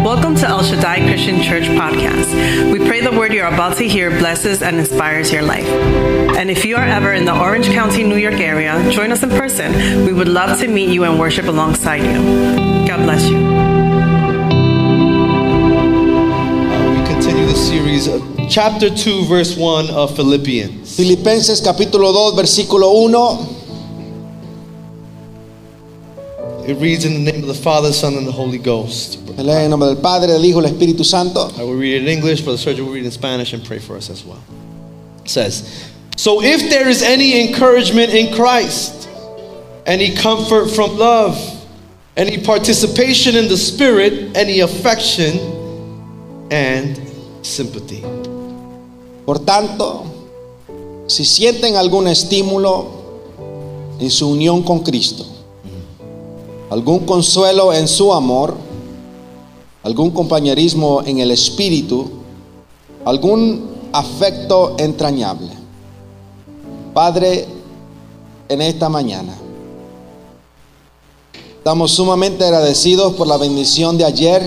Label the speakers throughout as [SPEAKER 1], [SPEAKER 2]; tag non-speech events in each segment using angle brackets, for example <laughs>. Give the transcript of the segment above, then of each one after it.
[SPEAKER 1] Welcome to El Shaddai Christian Church podcast. We pray the word you're about to hear blesses and inspires your life. And if you are ever in the Orange County, New York area, join us in person. We would love to meet you and worship alongside you. God bless you.
[SPEAKER 2] We continue the series of chapter 2, verse 1 of Philippians.
[SPEAKER 3] Filipenses capítulo 2, versículo 1.
[SPEAKER 2] It reads in the name of the Father, Son, and the Holy Ghost.
[SPEAKER 3] Se lee en nombre del Padre, del Hijo, y del Espíritu Santo.
[SPEAKER 2] I will read it in English, Brother Sergio will read it in Spanish and pray for us as well. It says, So if there is any encouragement in Christ, any comfort from love, any participation in the Spirit, any affection, and sympathy.
[SPEAKER 3] Por tanto, si sienten algún estímulo en su unión con Cristo, algún consuelo en su amor, algún compañerismo en el Espíritu, algún afecto entrañable. Padre, en esta mañana, estamos sumamente agradecidos por la bendición de ayer.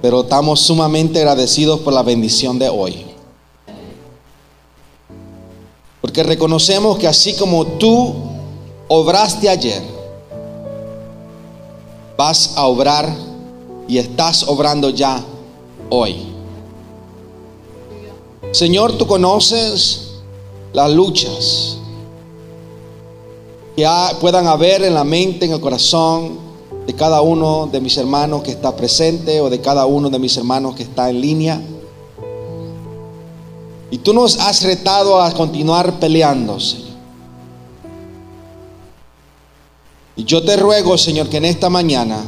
[SPEAKER 3] pero estamos sumamente agradecidos por la bendición de hoy. Porque reconocemos que así como tú obraste ayer, vas a obrar y estás obrando ya hoy. Señor, tú conoces las luchas que ha- puedan haber en la mente, en el corazón de cada uno de mis hermanos que está presente o de cada uno de mis hermanos que está en línea. Y tú nos has retado a continuar peleando, Señor. Y yo te ruego, Señor, que en esta mañana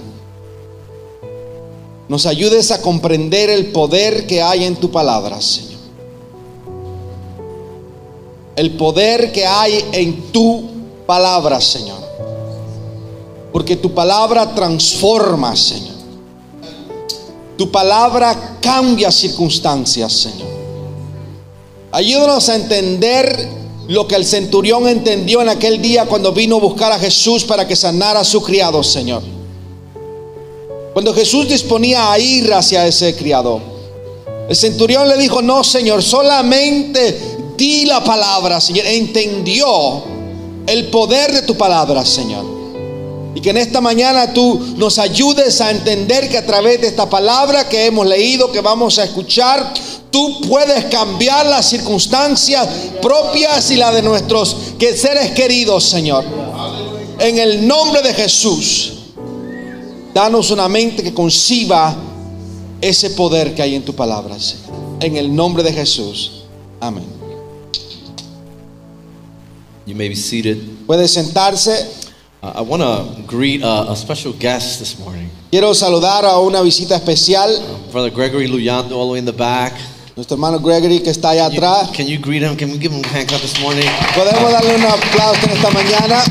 [SPEAKER 3] nos ayudes a comprender el poder que hay en tu palabra, Señor. El poder que hay en tu palabra, Señor. Porque tu palabra transforma, Señor. Tu palabra cambia circunstancias, Señor. Ayúdanos a entender lo que el centurión entendió en aquel día cuando vino a buscar a Jesús para que sanara a su criado, Señor. Cuando Jesús disponía a ir hacia ese criado, el centurión le dijo, no, Señor, solamente di la palabra, Señor. Entendió el poder de tu palabra, Señor. Y que en esta mañana tú nos ayudes a entender que a través de esta palabra que hemos leído, que vamos a escuchar, tú puedes cambiar las circunstancias propias y las de nuestros que- seres queridos, Señor. En el nombre de Jesús, danos una mente que conciba ese poder que hay en tu palabra, Señor. En el nombre de Jesús. Amén.
[SPEAKER 2] You may be seated.
[SPEAKER 3] Puede sentarse.
[SPEAKER 2] Uh, I want to greet uh, a special guest this morning.
[SPEAKER 3] Quiero saludar a una visita especial.
[SPEAKER 2] Brother Gregory Luyando, all the way in the back.
[SPEAKER 3] Nuestro hermano Gregory que está allá
[SPEAKER 2] You-
[SPEAKER 3] atrás.
[SPEAKER 2] can you greet him? Can we give him a hand clap this morning?
[SPEAKER 3] Podemos darle un aplauso en esta mañana.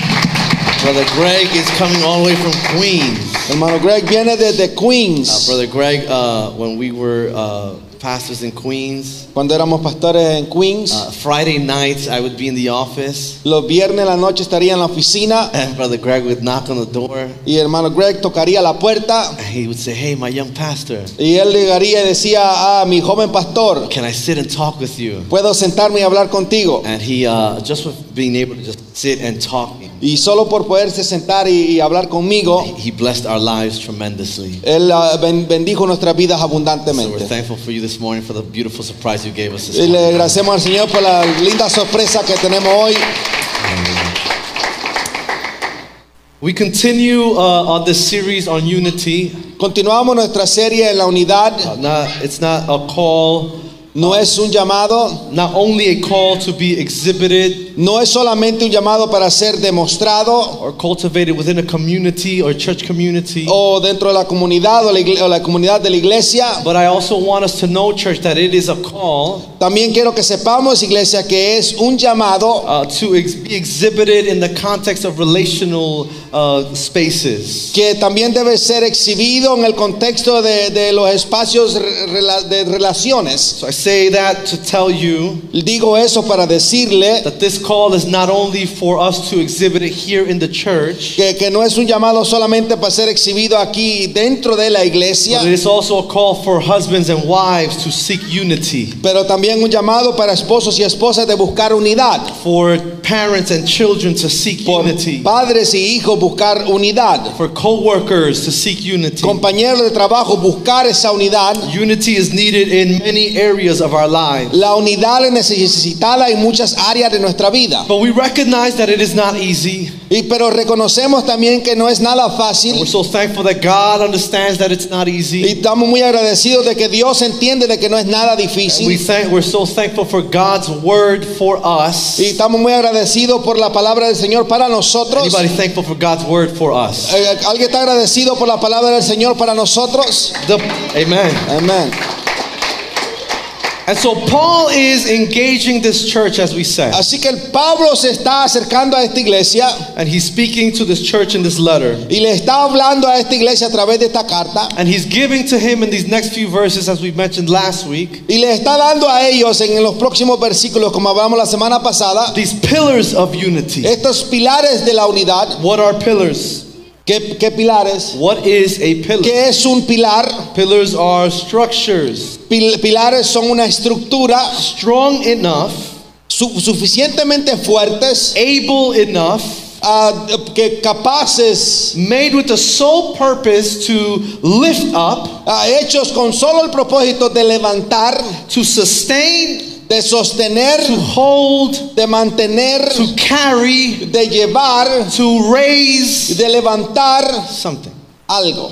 [SPEAKER 2] Brother Greg is coming all the way from Queens.
[SPEAKER 3] Hermano Greg viene desde
[SPEAKER 2] Uh,
[SPEAKER 3] Queens.
[SPEAKER 2] Brother Greg, uh, when we were uh, pastors in Queens,
[SPEAKER 3] Cuando éramos pastores en Queens,
[SPEAKER 2] uh, Friday nights I would be in the office
[SPEAKER 3] los viernes en la noche estaría en la oficina
[SPEAKER 2] and Brother Greg would knock on the door
[SPEAKER 3] y hermano Greg tocaría la puerta
[SPEAKER 2] and he would say, Hey, my young pastor,
[SPEAKER 3] y él llegaría y decía, ah, mi joven pastor,
[SPEAKER 2] can I sit and talk with you?
[SPEAKER 3] puedo sentarme y hablar contigo.
[SPEAKER 2] And he, uh, just with being able to just sit and talk,
[SPEAKER 3] Y solo por poderse sentar y, y hablar conmigo,
[SPEAKER 2] he he blessed our lives tremendously.
[SPEAKER 3] él ah, ben- bendijo nuestras vidas
[SPEAKER 2] So we're
[SPEAKER 3] abundantemente.
[SPEAKER 2] thankful for you this morning for the beautiful surprise you gave us this
[SPEAKER 3] Y le
[SPEAKER 2] morning.
[SPEAKER 3] agradecemos al Señor por la linda sorpresa que tenemos hoy.
[SPEAKER 2] We continue uh, on this series on unity.
[SPEAKER 3] Continuamos nuestra serie en la unidad.
[SPEAKER 2] Uh, not, it's not a call
[SPEAKER 3] No es un llamado,
[SPEAKER 2] not only a call to be exhibited
[SPEAKER 3] No es solamente un llamado para ser demostrado
[SPEAKER 2] or cultivated within a community or church community,
[SPEAKER 3] o dentro de la comunidad o la, igle- o la comunidad de la iglesia.
[SPEAKER 2] but I also want us to know, church, that it is a call
[SPEAKER 3] También quiero que sepamos, iglesia, que es un llamado
[SPEAKER 2] uh, to ex- be exhibited in the context of relational uh, spaces.
[SPEAKER 3] que también debe ser exhibido en el contexto de, de los espacios re- rela- de relaciones.
[SPEAKER 2] So I say that to tell you
[SPEAKER 3] Digo eso para decirle
[SPEAKER 2] that this call is not only for us to exhibit it here in the church,
[SPEAKER 3] que, que no es un llamado solamente para ser exhibido aquí dentro de la iglesia,
[SPEAKER 2] but it is also a call for husbands and wives to seek unity,
[SPEAKER 3] pero también un llamado para esposos y esposas de buscar unidad,
[SPEAKER 2] for parents and children to seek
[SPEAKER 3] por
[SPEAKER 2] unity,
[SPEAKER 3] padres y hijos buscar unidad,
[SPEAKER 2] for co-workers to seek unity.
[SPEAKER 3] compañeros de trabajo buscar esa unidad.
[SPEAKER 2] Unity is needed in many areas of our lives,
[SPEAKER 3] La unidad es necesitada en muchas áreas de nuestra vida.
[SPEAKER 2] but we recognize that it is not easy.
[SPEAKER 3] Y pero reconocemos también que no es nada
[SPEAKER 2] We're
[SPEAKER 3] fácil
[SPEAKER 2] so thankful that God understands that it's not
[SPEAKER 3] y
[SPEAKER 2] easy.
[SPEAKER 3] estamos muy agradecidos de que Dios entiende de que no es nada
[SPEAKER 2] And we
[SPEAKER 3] difícil
[SPEAKER 2] thank, we're so thankful for God's word for us.
[SPEAKER 3] y estamos muy agradecidos por la palabra del Señor para nosotros.
[SPEAKER 2] Anybody thankful for God's word for us?
[SPEAKER 3] Eh, ¿Alguien está agradecido por la palabra del Señor para nosotros?
[SPEAKER 2] The- amen.
[SPEAKER 3] Amén.
[SPEAKER 2] And so Paul is engaging this church, as we said,
[SPEAKER 3] Así que el Pablo se está acercando a esta iglesia
[SPEAKER 2] and he's speaking to this church in this letter.
[SPEAKER 3] y le está hablando a esta iglesia a través de esta carta
[SPEAKER 2] And he's giving to him in these next few verses, as we mentioned last week,
[SPEAKER 3] y le está dando a ellos en los próximos versículos, como hablamos la semana pasada,
[SPEAKER 2] these pillars of unity.
[SPEAKER 3] estos pilares de la unidad.
[SPEAKER 2] What are pillars?
[SPEAKER 3] ¿Qué, qué pilares?
[SPEAKER 2] What is a pillar?
[SPEAKER 3] ¿Qué es un pilar?
[SPEAKER 2] Pillars are structures
[SPEAKER 3] Pil- Pilares son una estructura
[SPEAKER 2] strong enough,
[SPEAKER 3] su- suficientemente fuertes
[SPEAKER 2] able enough,
[SPEAKER 3] ah, que capaces,
[SPEAKER 2] made with the sole purpose to lift up,
[SPEAKER 3] ah, hechos con solo el propósito de levantar,
[SPEAKER 2] to sustain,
[SPEAKER 3] de sostener,
[SPEAKER 2] to hold,
[SPEAKER 3] de mantener,
[SPEAKER 2] to carry,
[SPEAKER 3] de llevar,
[SPEAKER 2] to raise
[SPEAKER 3] de levantar
[SPEAKER 2] something.
[SPEAKER 3] algo.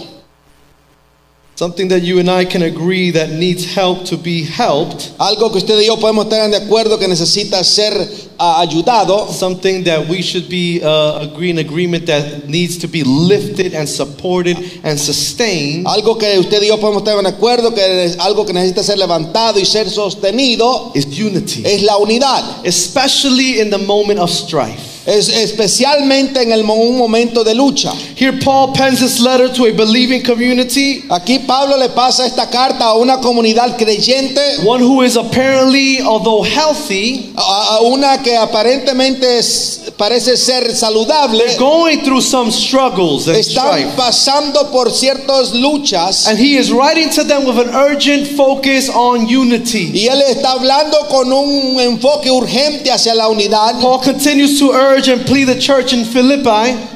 [SPEAKER 2] Something that you and I can agree that needs help to be helped.
[SPEAKER 3] Algo que usted y yo podemos estar de acuerdo que necesita ser ah, ayudado.
[SPEAKER 2] Something that we should be uh, agree in agreement that needs to be lifted and supported and sustained.
[SPEAKER 3] Algo que usted y yo podemos estar de acuerdo que es algo que necesita ser levantado y ser sostenido
[SPEAKER 2] Is unity,
[SPEAKER 3] es la unidad.
[SPEAKER 2] especially in the moment of strife.
[SPEAKER 3] Es- especialmente en el, mo- un momento de lucha.
[SPEAKER 2] Here, Paul pens this letter to a believing community
[SPEAKER 3] Aquí Pablo le pasa esta carta a una comunidad creyente,
[SPEAKER 2] One who is apparently, although healthy,
[SPEAKER 3] a, a una que aparentemente es- parece ser saludable,
[SPEAKER 2] going through some struggles and
[SPEAKER 3] están
[SPEAKER 2] strife.
[SPEAKER 3] pasando por ciertas luchas.
[SPEAKER 2] And he is writing to them with an urgent focus on unity.
[SPEAKER 3] Y él está hablando con un enfoque urgente hacia la unidad.
[SPEAKER 2] Paul continues to urge and plead the church in Philippi,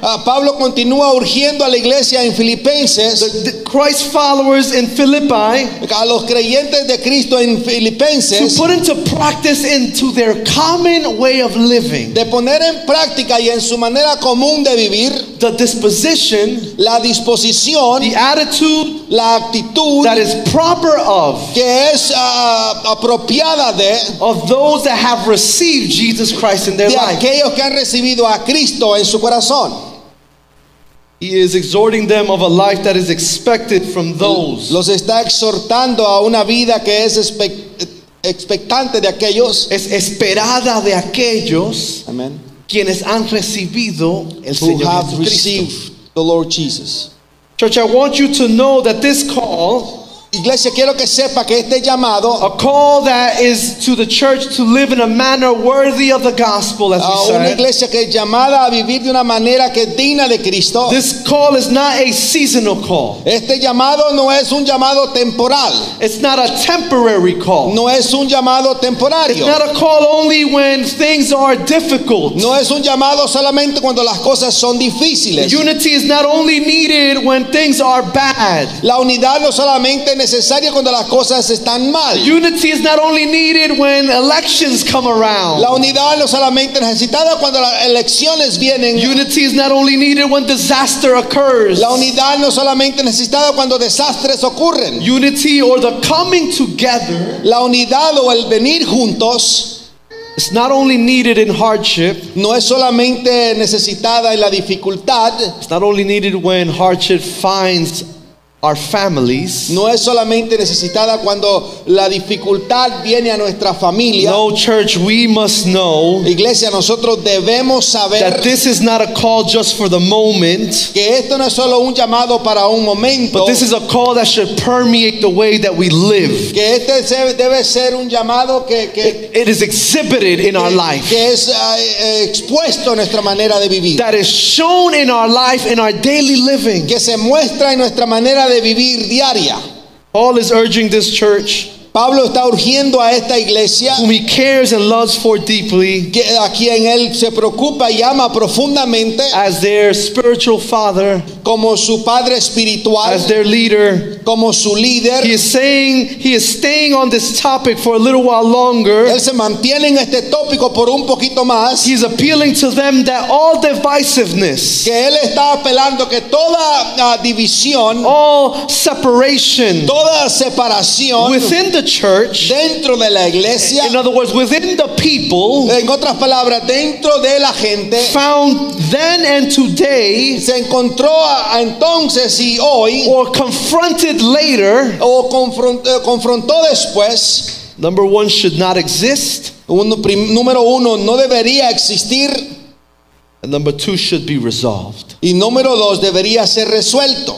[SPEAKER 3] Ah, Pablo continúa urgiendo a la iglesia en Filipenses,
[SPEAKER 2] the Christ followers in Philippi,
[SPEAKER 3] a los creyentes de Cristo en
[SPEAKER 2] to
[SPEAKER 3] Filipenses,
[SPEAKER 2] put into practice into their common way of living
[SPEAKER 3] de poner en práctica y en su manera común de vivir
[SPEAKER 2] the disposition,
[SPEAKER 3] la disposición,
[SPEAKER 2] the attitude
[SPEAKER 3] la actitud
[SPEAKER 2] that is proper of
[SPEAKER 3] que es ah, apropiada de,
[SPEAKER 2] of those that have received Jesus Christ in their
[SPEAKER 3] de
[SPEAKER 2] life.
[SPEAKER 3] aquellos que han recibido a Cristo en su corazón.
[SPEAKER 2] He is exhorting them of a life that is expected from those.
[SPEAKER 3] Los está exhortando a una vida que es expec- expectante de aquellos
[SPEAKER 2] Es esperada de aquellos
[SPEAKER 3] amén,
[SPEAKER 2] quienes han recibido el
[SPEAKER 3] who
[SPEAKER 2] Señor
[SPEAKER 3] have
[SPEAKER 2] Jesucristo.
[SPEAKER 3] received the Lord Jesus.
[SPEAKER 2] Church, I want you to know that this call,
[SPEAKER 3] Iglesia, quiero que sepa que este llamado
[SPEAKER 2] a call that is to the church to live in a manner worthy of the gospel, as
[SPEAKER 3] a
[SPEAKER 2] we
[SPEAKER 3] una
[SPEAKER 2] said,
[SPEAKER 3] iglesia que es llamada a vivir de una manera que es digna de Cristo.
[SPEAKER 2] this call is not a seasonal call.
[SPEAKER 3] Este llamado no es un llamado temporal,
[SPEAKER 2] It's not a temporary call.
[SPEAKER 3] no es un llamado temporario.
[SPEAKER 2] It's not a call only when things are difficult.
[SPEAKER 3] No es un llamado solamente cuando las cosas son difíciles.
[SPEAKER 2] Unity is not only needed when things are bad.
[SPEAKER 3] La unidad no solamente es necesaria cuando las cosas están mal.
[SPEAKER 2] Unity is not only needed when elections come around.
[SPEAKER 3] La unidad no solamente es necesitada cuando las elecciones vienen.
[SPEAKER 2] Unity is not only needed when disaster occurs.
[SPEAKER 3] La unidad no solamente es necesitada cuando desastres ocurren.
[SPEAKER 2] Unity or the coming together
[SPEAKER 3] La unidad o el venir juntos
[SPEAKER 2] is not only needed in hardship,
[SPEAKER 3] no es solamente necesitada en la dificultad,
[SPEAKER 2] it's not only needed when hardship finds our families.
[SPEAKER 3] No es solamente necesitada cuando la dificultad viene a nuestra familia.
[SPEAKER 2] No, church, we must know
[SPEAKER 3] Iglesia, nosotros debemos
[SPEAKER 2] that
[SPEAKER 3] saber
[SPEAKER 2] this is not a call just for the moment,
[SPEAKER 3] que esto no es solo un llamado para un momento,
[SPEAKER 2] but this is a call that should permeate the way that we live.
[SPEAKER 3] que este se- debe ser un llamado que, que,
[SPEAKER 2] It is exhibited in our life,
[SPEAKER 3] que es ah, eh, expuesto en nuestra manera de vivir,
[SPEAKER 2] that is shown in our life, in our daily living.
[SPEAKER 3] que se muestra en nuestra manera de vivir diaria.
[SPEAKER 2] Paul is urging this church,
[SPEAKER 3] Pablo está urgiendo a esta iglesia
[SPEAKER 2] whom he cares and loves for deeply,
[SPEAKER 3] que, a quien él se preocupa y ama profundamente
[SPEAKER 2] as their spiritual father,
[SPEAKER 3] como su padre
[SPEAKER 2] as
[SPEAKER 3] espiritual,
[SPEAKER 2] their leader.
[SPEAKER 3] como su líder.
[SPEAKER 2] He is saying he is staying on this topic for a little while longer.
[SPEAKER 3] Él se mantiene en este tópico por un poquito más.
[SPEAKER 2] He's appealing to them that all divisiveness,
[SPEAKER 3] Que él está apelando que toda ah, división,
[SPEAKER 2] Oh. all separation
[SPEAKER 3] toda separación
[SPEAKER 2] within the church,
[SPEAKER 3] dentro de la iglesia,
[SPEAKER 2] in other words, within the people,
[SPEAKER 3] en otras palabras, dentro de la gente,
[SPEAKER 2] found then and today,
[SPEAKER 3] se encontró a- a entonces y hoy,
[SPEAKER 2] or confronted later,
[SPEAKER 3] o confron- eh, confrontó después.
[SPEAKER 2] number one, should not exist,
[SPEAKER 3] Uno, prim- número uno, no debería existir.
[SPEAKER 2] and number two, should be resolved.
[SPEAKER 3] Y número dos, debería ser resuelto.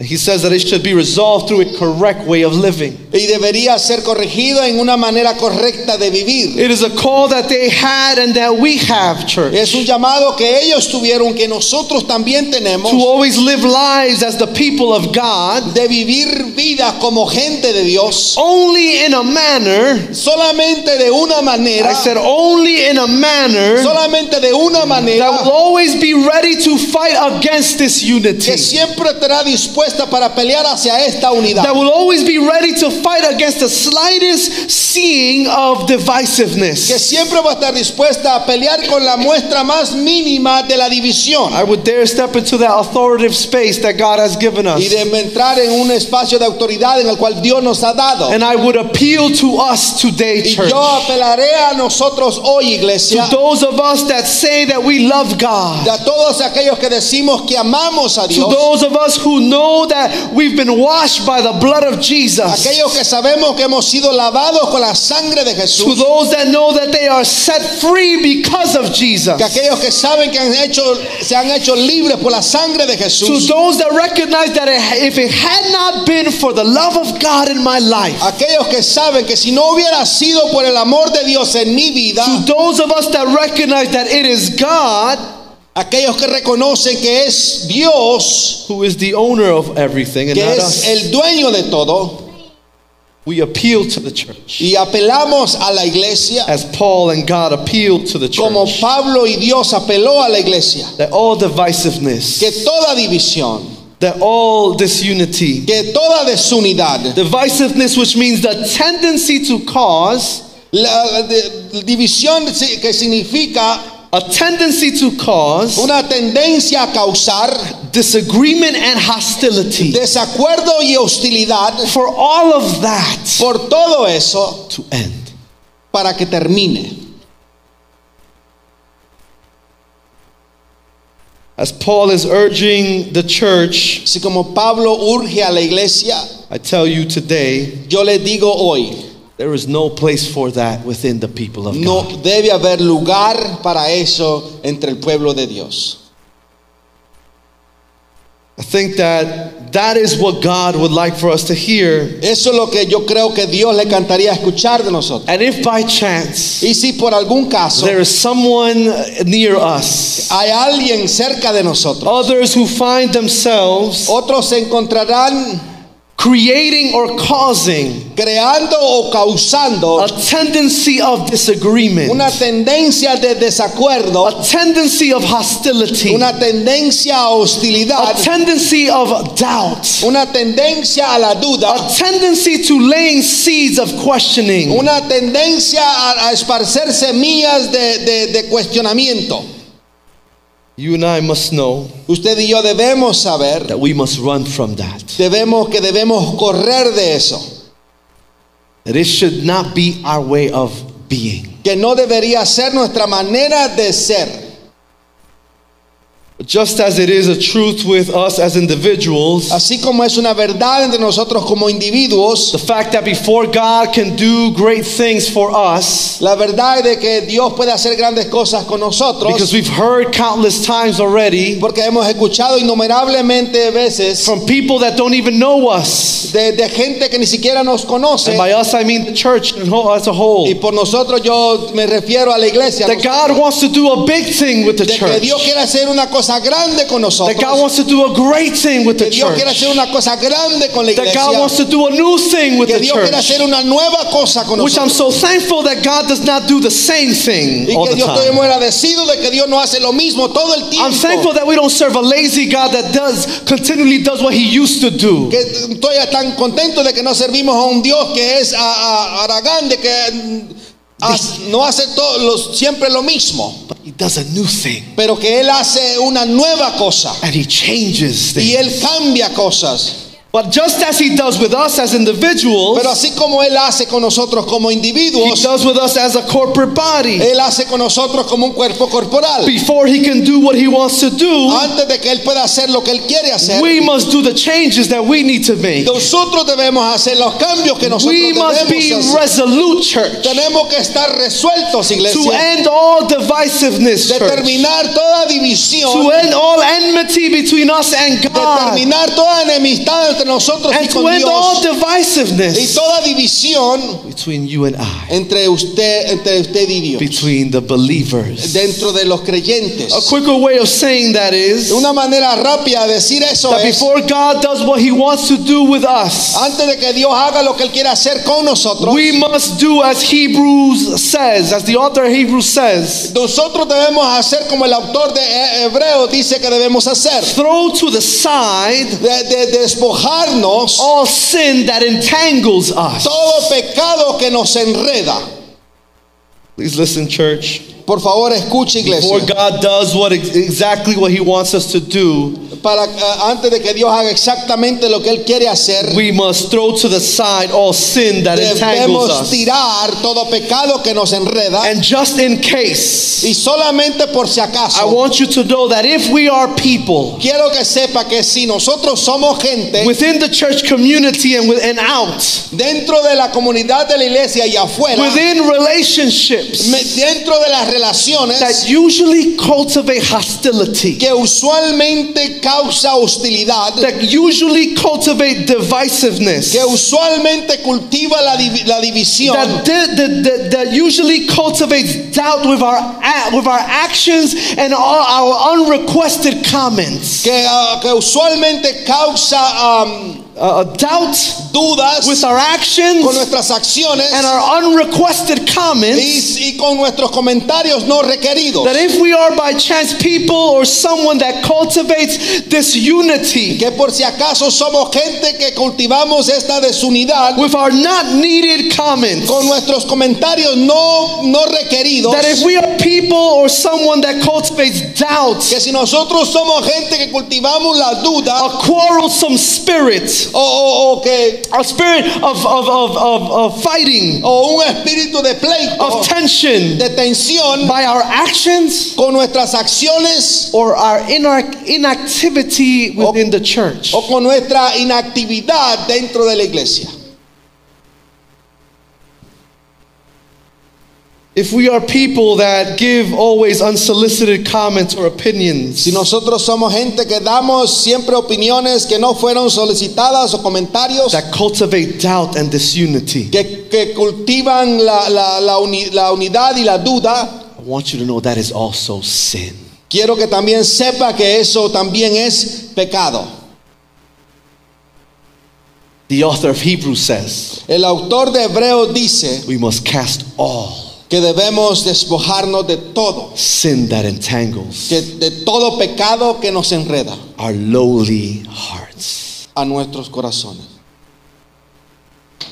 [SPEAKER 2] And he says that it should be resolved through a correct way of living.
[SPEAKER 3] Y debería ser corregido en una manera correcta de vivir.
[SPEAKER 2] It is a call that they had and that we have, church.
[SPEAKER 3] Es un llamado que ellos tuvieron, que nosotros también tenemos,
[SPEAKER 2] to always live lives as the people of God,
[SPEAKER 3] de vivir vida como gente de Dios,
[SPEAKER 2] only in a manner,
[SPEAKER 3] solamente de una manera,
[SPEAKER 2] I said, only in a manner
[SPEAKER 3] solamente de una
[SPEAKER 2] that
[SPEAKER 3] manera
[SPEAKER 2] will always be ready to fight against this
[SPEAKER 3] que
[SPEAKER 2] unity,
[SPEAKER 3] siempre estará dispuesta para pelear hacia esta unidad,
[SPEAKER 2] that will always be ready to fight against the slightest seeing of
[SPEAKER 3] que
[SPEAKER 2] divisiveness.
[SPEAKER 3] siempre va a estar dispuesta a pelear con la muestra más mínima de la división
[SPEAKER 2] I would dare step into that authoritative space that God has given
[SPEAKER 3] y
[SPEAKER 2] us.
[SPEAKER 3] de entrar en un espacio de autoridad en el cual Dios nos ha dado.
[SPEAKER 2] And I would appeal to us today,
[SPEAKER 3] Y
[SPEAKER 2] church.
[SPEAKER 3] yo apelaré a nosotros hoy,
[SPEAKER 2] To
[SPEAKER 3] iglesia.
[SPEAKER 2] those of us that say that we love God.
[SPEAKER 3] de a todos aquellos que decimos que amamos a
[SPEAKER 2] To
[SPEAKER 3] Dios,
[SPEAKER 2] those of us who know that we've been washed by the blood of Jesus.
[SPEAKER 3] aquellos que sabemos que hemos sido lavados con la sangre de
[SPEAKER 2] To
[SPEAKER 3] Jesús,
[SPEAKER 2] those that know that they are set free because of Jesus.
[SPEAKER 3] que aquellos que saben que han hecho, se han hecho libres por la sangre de
[SPEAKER 2] To
[SPEAKER 3] Jesús,
[SPEAKER 2] those that recognize that it- if it had not been for the love of God in my life,
[SPEAKER 3] aquellos que saben que si no hubiera sido por el amor de Dios en mi vida,
[SPEAKER 2] to those of us that recognize that it is God
[SPEAKER 3] aquellos que reconocen que es Dios,
[SPEAKER 2] who is the owner of everything and
[SPEAKER 3] que
[SPEAKER 2] not
[SPEAKER 3] es
[SPEAKER 2] us,
[SPEAKER 3] el dueño de todo,
[SPEAKER 2] we appeal to the church
[SPEAKER 3] y apelamos a la iglesia
[SPEAKER 2] as Paul and God appealed to the
[SPEAKER 3] como
[SPEAKER 2] church.
[SPEAKER 3] Pablo y Dios apeló a la iglesia,
[SPEAKER 2] That all divisiveness,
[SPEAKER 3] que toda división,
[SPEAKER 2] that all disunity,
[SPEAKER 3] que toda desunidad,
[SPEAKER 2] Divisiveness, which means the tendency to cause,
[SPEAKER 3] La de- división si- que significa
[SPEAKER 2] a tendency to cause
[SPEAKER 3] una tendencia a causar
[SPEAKER 2] disagreement and hostility.
[SPEAKER 3] desacuerdo y hostilidad
[SPEAKER 2] For all of that
[SPEAKER 3] por todo eso
[SPEAKER 2] to end.
[SPEAKER 3] para que termine.
[SPEAKER 2] As Paul is urging the church,
[SPEAKER 3] Así como Pablo urge a la iglesia,
[SPEAKER 2] I tell you today,
[SPEAKER 3] yo le digo hoy,
[SPEAKER 2] there is no place for that within the people of
[SPEAKER 3] no
[SPEAKER 2] God.
[SPEAKER 3] debe haber lugar para eso entre el pueblo de Dios.
[SPEAKER 2] I think that that is what God would like for us to hear.
[SPEAKER 3] Eso es lo que yo creo que Dios le encantaría escuchar de nosotros.
[SPEAKER 2] And if by chance
[SPEAKER 3] Y si por algún caso
[SPEAKER 2] there is someone near us,
[SPEAKER 3] hay alguien cerca de nosotros,
[SPEAKER 2] others who find themselves
[SPEAKER 3] otros se encontrarán
[SPEAKER 2] creating or causing
[SPEAKER 3] creando o causando
[SPEAKER 2] a tendency of disagreement,
[SPEAKER 3] una tendencia de desacuerdo,
[SPEAKER 2] a tendency of hostility,
[SPEAKER 3] una tendencia a
[SPEAKER 2] a
[SPEAKER 3] hostilidad,
[SPEAKER 2] tendency of doubt,
[SPEAKER 3] una tendencia a la duda,
[SPEAKER 2] a tendency to laying seeds of questioning.
[SPEAKER 3] una tendencia a, a esparcer semillas de, de- de cuestionamiento.
[SPEAKER 2] You and I must know
[SPEAKER 3] Usted y yo debemos saber,
[SPEAKER 2] that we must run from that.
[SPEAKER 3] debemos que debemos correr de eso,
[SPEAKER 2] That it should not be our way of being.
[SPEAKER 3] que no debería ser nuestra manera de ser.
[SPEAKER 2] Just as it is a truth with us as individuals,
[SPEAKER 3] Así como es una verdad entre nosotros como individuos,
[SPEAKER 2] the fact that before God can do great things for us,
[SPEAKER 3] la verdad de que Dios puede hacer grandes cosas con
[SPEAKER 2] because
[SPEAKER 3] nosotros,
[SPEAKER 2] we've heard countless times already
[SPEAKER 3] porque hemos escuchado innumerablemente veces
[SPEAKER 2] from people that don't even know us.
[SPEAKER 3] de, de gente que ni siquiera nos conoce,
[SPEAKER 2] And by us, I mean the church and whole- as a
[SPEAKER 3] y
[SPEAKER 2] whole.
[SPEAKER 3] por nosotros yo me refiero a la iglesia,
[SPEAKER 2] That God wants to do a big thing with the
[SPEAKER 3] de que Dios
[SPEAKER 2] church.
[SPEAKER 3] quiere hacer una cosa grande con
[SPEAKER 2] That God
[SPEAKER 3] nosotros,
[SPEAKER 2] wants to do a great thing with
[SPEAKER 3] que
[SPEAKER 2] the
[SPEAKER 3] Dios quiere hacer
[SPEAKER 2] church.
[SPEAKER 3] una cosa grande con la
[SPEAKER 2] That God
[SPEAKER 3] iglesia,
[SPEAKER 2] wants to do a new thing with
[SPEAKER 3] que
[SPEAKER 2] the
[SPEAKER 3] Dios quiere
[SPEAKER 2] church.
[SPEAKER 3] hacer una nueva cosa con
[SPEAKER 2] Which I'm
[SPEAKER 3] nosotros.
[SPEAKER 2] so thankful that God does not do the same thing
[SPEAKER 3] Y
[SPEAKER 2] all
[SPEAKER 3] que
[SPEAKER 2] the
[SPEAKER 3] yo estoy
[SPEAKER 2] time.
[SPEAKER 3] muy agradecido de que Dios no hace lo mismo todo el
[SPEAKER 2] I'm
[SPEAKER 3] tiempo.
[SPEAKER 2] thankful that we don't serve a lazy God that does continually does what he used to do.
[SPEAKER 3] que estoy tan contento de que no servimos a un Dios que es a- a- aragán, de que mm, as- no hace todo, los- siempre lo mismo,
[SPEAKER 2] But he does a new thing
[SPEAKER 3] pero que Él hace una nueva cosa
[SPEAKER 2] and he changes
[SPEAKER 3] y
[SPEAKER 2] things.
[SPEAKER 3] Él cambia cosas.
[SPEAKER 2] But just as he does with us as individuals,
[SPEAKER 3] Pero así como Él hace con nosotros como
[SPEAKER 2] he
[SPEAKER 3] individuos,
[SPEAKER 2] does with us as a corporate body.
[SPEAKER 3] Él hace con nosotros como un cuerpo corporal.
[SPEAKER 2] Before he can do what he wants to do,
[SPEAKER 3] Antes de que Él pueda hacer lo que Él quiere hacer,
[SPEAKER 2] we must do the changes that we need to make.
[SPEAKER 3] nosotros debemos hacer los cambios que nosotros
[SPEAKER 2] We must be
[SPEAKER 3] debemos hacer.
[SPEAKER 2] resolute, church,
[SPEAKER 3] Tenemos que estar resueltos,
[SPEAKER 2] to
[SPEAKER 3] iglesia.
[SPEAKER 2] end all divisiveness, church.
[SPEAKER 3] Determinar toda división.
[SPEAKER 2] to end all enmity between us and God,
[SPEAKER 3] determinar toda enemistad entre nosotros y
[SPEAKER 2] and to
[SPEAKER 3] con
[SPEAKER 2] end all
[SPEAKER 3] Dios y
[SPEAKER 2] divisiveness
[SPEAKER 3] toda división
[SPEAKER 2] between you and I,
[SPEAKER 3] entre usted entre usted y Dios
[SPEAKER 2] between the believers.
[SPEAKER 3] dentro de los creyentes.
[SPEAKER 2] A quicker way of saying that is
[SPEAKER 3] Una manera rápida de decir eso
[SPEAKER 2] that
[SPEAKER 3] es Ah,
[SPEAKER 2] before God does what He wants to do with us,
[SPEAKER 3] antes de que Dios haga lo que él quiere hacer con nosotros,
[SPEAKER 2] we must do as Hebrews says, as the author of Hebrews says
[SPEAKER 3] nosotros debemos hacer como el autor de He- Hebreos dice que debemos hacer,
[SPEAKER 2] throw to the side
[SPEAKER 3] de, de- despojarnos
[SPEAKER 2] all sin that entangles us.
[SPEAKER 3] todo pecado que nos enreda.
[SPEAKER 2] Please listen, church.
[SPEAKER 3] Por favor, escuche
[SPEAKER 2] Before
[SPEAKER 3] iglesia,
[SPEAKER 2] God does what ex- exactly what He wants us to do,
[SPEAKER 3] para eh, antes de que Dios haga exactamente lo que él quiere hacer.
[SPEAKER 2] We must throw to the side all sin that entangles
[SPEAKER 3] Debemos
[SPEAKER 2] us.
[SPEAKER 3] tirar todo pecado que nos enreda.
[SPEAKER 2] And just in case,
[SPEAKER 3] y solamente por si
[SPEAKER 2] I
[SPEAKER 3] acaso,
[SPEAKER 2] want you to know that if we are people
[SPEAKER 3] quiero que sepa que si nosotros somos gente
[SPEAKER 2] within the church community and, with, and out,
[SPEAKER 3] dentro de la comunidad de la iglesia y afuera,
[SPEAKER 2] within relationships
[SPEAKER 3] me- dentro de las relaciones
[SPEAKER 2] that usually cultivate hostility,
[SPEAKER 3] que usualmente causa hostilidad,
[SPEAKER 2] that usually cultivate divisiveness,
[SPEAKER 3] que usualmente cultiva la, div- la
[SPEAKER 2] that,
[SPEAKER 3] división,
[SPEAKER 2] di- that, that, that usually cultivates doubt with our, a- with our actions and all our unrequested comments,
[SPEAKER 3] que, ah, que usualmente causa am,
[SPEAKER 2] uh, doubt
[SPEAKER 3] dudas
[SPEAKER 2] with our
[SPEAKER 3] con
[SPEAKER 2] actions
[SPEAKER 3] nuestras acciones
[SPEAKER 2] and our unrequested comments
[SPEAKER 3] y, y con nuestros comentarios no requeridos.
[SPEAKER 2] that if we are by chance people or someone that cultivates disunity
[SPEAKER 3] que por si acaso somos gente que cultivamos esta desunidad
[SPEAKER 2] with our not needed comments,
[SPEAKER 3] con nuestros comentarios no, no requeridos,
[SPEAKER 2] that if we are people or someone that cultivates doubt,
[SPEAKER 3] que si nosotros somos gente que cultivamos la duda
[SPEAKER 2] a
[SPEAKER 3] o,
[SPEAKER 2] quarrelsome spirit,
[SPEAKER 3] o- o que,
[SPEAKER 2] a spirit of, of, of, of, of fighting,
[SPEAKER 3] o un espíritu de pleito,
[SPEAKER 2] of tension
[SPEAKER 3] de tensión
[SPEAKER 2] by our actions
[SPEAKER 3] con nuestras acciones
[SPEAKER 2] or our inac- inactivity within the church.
[SPEAKER 3] o con nuestra inactividad dentro de la iglesia.
[SPEAKER 2] If we are people that give always unsolicited comments or opinions,
[SPEAKER 3] Si nosotros somos gente que damos siempre opiniones que no fueron solicitadas o comentarios,
[SPEAKER 2] that cultivate doubt and disunity,
[SPEAKER 3] que, que cultivan la, la- la uni- la unidad y la duda,
[SPEAKER 2] I want you to know that is also sin.
[SPEAKER 3] quiero que también sepa que eso también es pecado.
[SPEAKER 2] The author of Hebrews says
[SPEAKER 3] El autor de Hebreos dice
[SPEAKER 2] we must cast all
[SPEAKER 3] que debemos despojarnos de todo,
[SPEAKER 2] sin that entangles
[SPEAKER 3] que de todo pecado que nos enreda
[SPEAKER 2] our lowly hearts.
[SPEAKER 3] a nuestros corazones.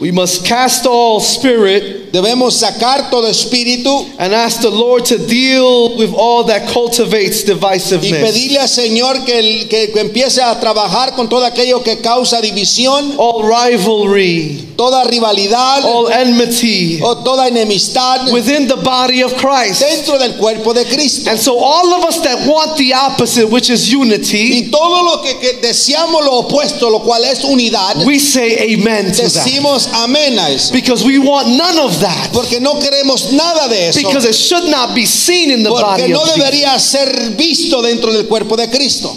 [SPEAKER 2] We must cast all spirit
[SPEAKER 3] Debemos sacar todo espíritu
[SPEAKER 2] and ask the Lord to deal with all that cultivates
[SPEAKER 3] y
[SPEAKER 2] divisiveness.
[SPEAKER 3] pedirle al Señor que, el- que- que empiece a trabajar con todo aquello que causa división,
[SPEAKER 2] All rivalry,
[SPEAKER 3] toda rivalidad
[SPEAKER 2] all enmity
[SPEAKER 3] o toda enemistad
[SPEAKER 2] within the body of Christ.
[SPEAKER 3] dentro del cuerpo de Cristo.
[SPEAKER 2] And so, all of us that want the opposite, which is unity,
[SPEAKER 3] Y todo lo que, que deseamos lo opuesto, lo cual es unidad,
[SPEAKER 2] we say amen to that.
[SPEAKER 3] decimos amén a eso.
[SPEAKER 2] Because we want none of that.
[SPEAKER 3] Porque no queremos nada de eso.
[SPEAKER 2] Because it should not be seen in the
[SPEAKER 3] Porque
[SPEAKER 2] body of
[SPEAKER 3] no
[SPEAKER 2] Christ.
[SPEAKER 3] debería ser visto dentro del cuerpo de Cristo.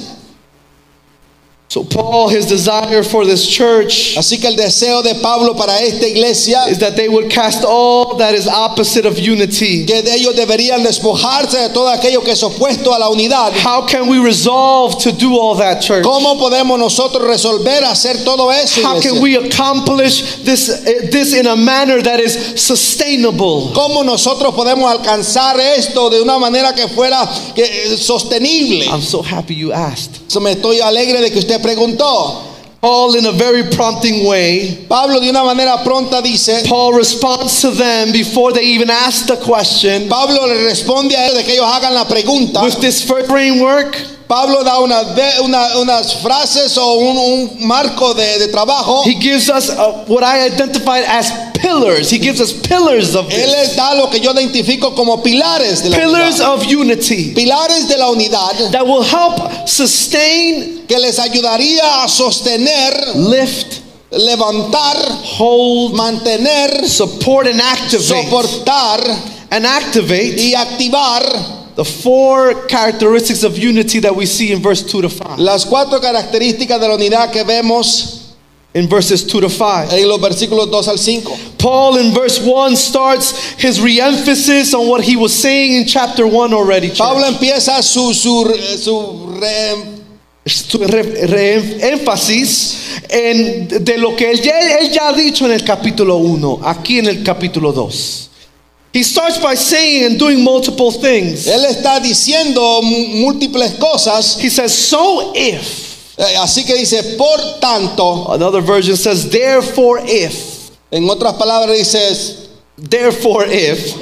[SPEAKER 2] So, Paul, his desire for this church
[SPEAKER 3] Así que el deseo de Pablo para esta iglesia
[SPEAKER 2] is that they would cast all that is opposite of unity.
[SPEAKER 3] que ellos deberían despojarse de todo aquello que es opuesto a la unidad.
[SPEAKER 2] How can we resolve to do all that, church?
[SPEAKER 3] ¿Cómo podemos nosotros resolver hacer todo eso?
[SPEAKER 2] How
[SPEAKER 3] iglesia?
[SPEAKER 2] can we accomplish this, eh, this in a manner that is sustainable?
[SPEAKER 3] ¿Cómo nosotros podemos alcanzar esto de una manera que fuera que, eh, sostenible?
[SPEAKER 2] I'm so happy you asked.
[SPEAKER 3] So, Me estoy alegre de que usted preguntó.
[SPEAKER 2] Paul, in a very prompting way,
[SPEAKER 3] Pablo de una manera pronta dice,
[SPEAKER 2] Paul responds to them before they even ask the question
[SPEAKER 3] Pablo le responde a ellos de que ellos hagan la pregunta.
[SPEAKER 2] with this first framework
[SPEAKER 3] Pablo da una de- una- unas frases o un, un marco de, de trabajo.
[SPEAKER 2] He gives us uh, what I identified as pillars. He gives us pillars of
[SPEAKER 3] Él
[SPEAKER 2] this.
[SPEAKER 3] les da lo que yo identifico como pilares de la
[SPEAKER 2] pillars
[SPEAKER 3] unidad.
[SPEAKER 2] of unity
[SPEAKER 3] Pilares de la unidad
[SPEAKER 2] that will help sustain,
[SPEAKER 3] que les ayudaría a sostener,
[SPEAKER 2] lift,
[SPEAKER 3] levantar,
[SPEAKER 2] hold,
[SPEAKER 3] mantener,
[SPEAKER 2] support, and activate.
[SPEAKER 3] soportar
[SPEAKER 2] And activate
[SPEAKER 3] y activar
[SPEAKER 2] the four characteristics of unity that we see in verse 2 to 5.
[SPEAKER 3] Las cuatro características de la unidad que vemos
[SPEAKER 2] In verses 2 to 5.
[SPEAKER 3] en los versículos 2 al 5.
[SPEAKER 2] Paul in verse 1 starts his re-emphasis on what he was saying in chapter 1 already. church.
[SPEAKER 3] Pablo empieza su, su, su re-
[SPEAKER 2] su re- re- énfasis en, de lo que él ya, él ya ha dicho en el capítulo 1, aquí en el capítulo 2. He starts by saying and doing multiple things.
[SPEAKER 3] él está diciendo m- múltiples cosas,
[SPEAKER 2] He says, So if,
[SPEAKER 3] eh, así que dice, por tanto,
[SPEAKER 2] another version says, Therefore if,
[SPEAKER 3] en otras palabras dices,
[SPEAKER 2] therefore if,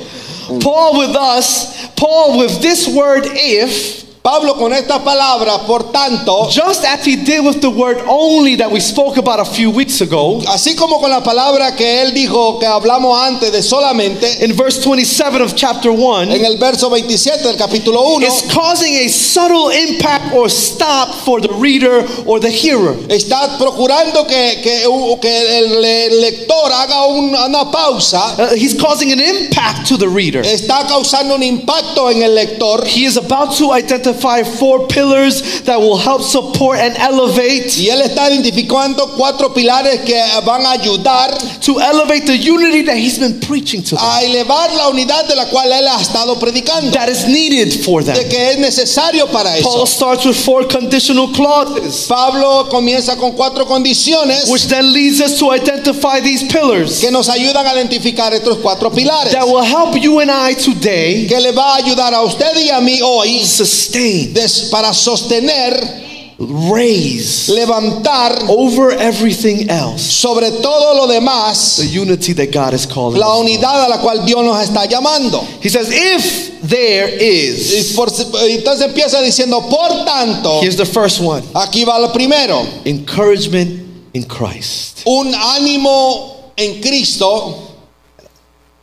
[SPEAKER 2] Paul with us, Paul with this word if,
[SPEAKER 3] Pablo con esta palabra, por tanto,
[SPEAKER 2] just as he did with the word only that we spoke about a few weeks ago,
[SPEAKER 3] así como con la palabra que él dijo que hablamos antes de solamente,
[SPEAKER 2] in verse 27 of chapter 1,
[SPEAKER 3] en el verso 27 del capítulo 1,
[SPEAKER 2] It's causing a subtle impact or stop for the reader or the hearer.
[SPEAKER 3] está procurando que, que, que el le- lector haga un- una pausa.
[SPEAKER 2] Uh, he's causing an impact to the reader.
[SPEAKER 3] está causando un impacto en el lector
[SPEAKER 2] He is about to identify four pillars that will help support and elevate
[SPEAKER 3] y él está identificando cuatro pilares que van a ayudar
[SPEAKER 2] to elevate the unity that he's been preaching to them,
[SPEAKER 3] a elevar la unidad de la cual él ha estado predicando,
[SPEAKER 2] that is needed for
[SPEAKER 3] de
[SPEAKER 2] them.
[SPEAKER 3] que es necesario para
[SPEAKER 2] Paul
[SPEAKER 3] eso.
[SPEAKER 2] starts with four conditional clauses,
[SPEAKER 3] Pablo comienza con cuatro condiciones
[SPEAKER 2] which then leads us to identify these pillars
[SPEAKER 3] que nos ayudan a identificar estos cuatro pilares,
[SPEAKER 2] that will help you and I today
[SPEAKER 3] que le va a ayudar a usted y a mí hoy
[SPEAKER 2] sustain,
[SPEAKER 3] des- para sostener,
[SPEAKER 2] raise
[SPEAKER 3] levantar
[SPEAKER 2] over everything else.
[SPEAKER 3] sobre todo lo demás
[SPEAKER 2] the unity that God is calling.
[SPEAKER 3] la
[SPEAKER 2] us.
[SPEAKER 3] unidad a la cual Dios nos está llamando.
[SPEAKER 2] He says, if there
[SPEAKER 3] Y
[SPEAKER 2] is,
[SPEAKER 3] por- entonces empieza diciendo, por tanto,
[SPEAKER 2] here's the first one
[SPEAKER 3] aquí va lo primero,
[SPEAKER 2] encouragement in Christ.
[SPEAKER 3] un ánimo en Cristo.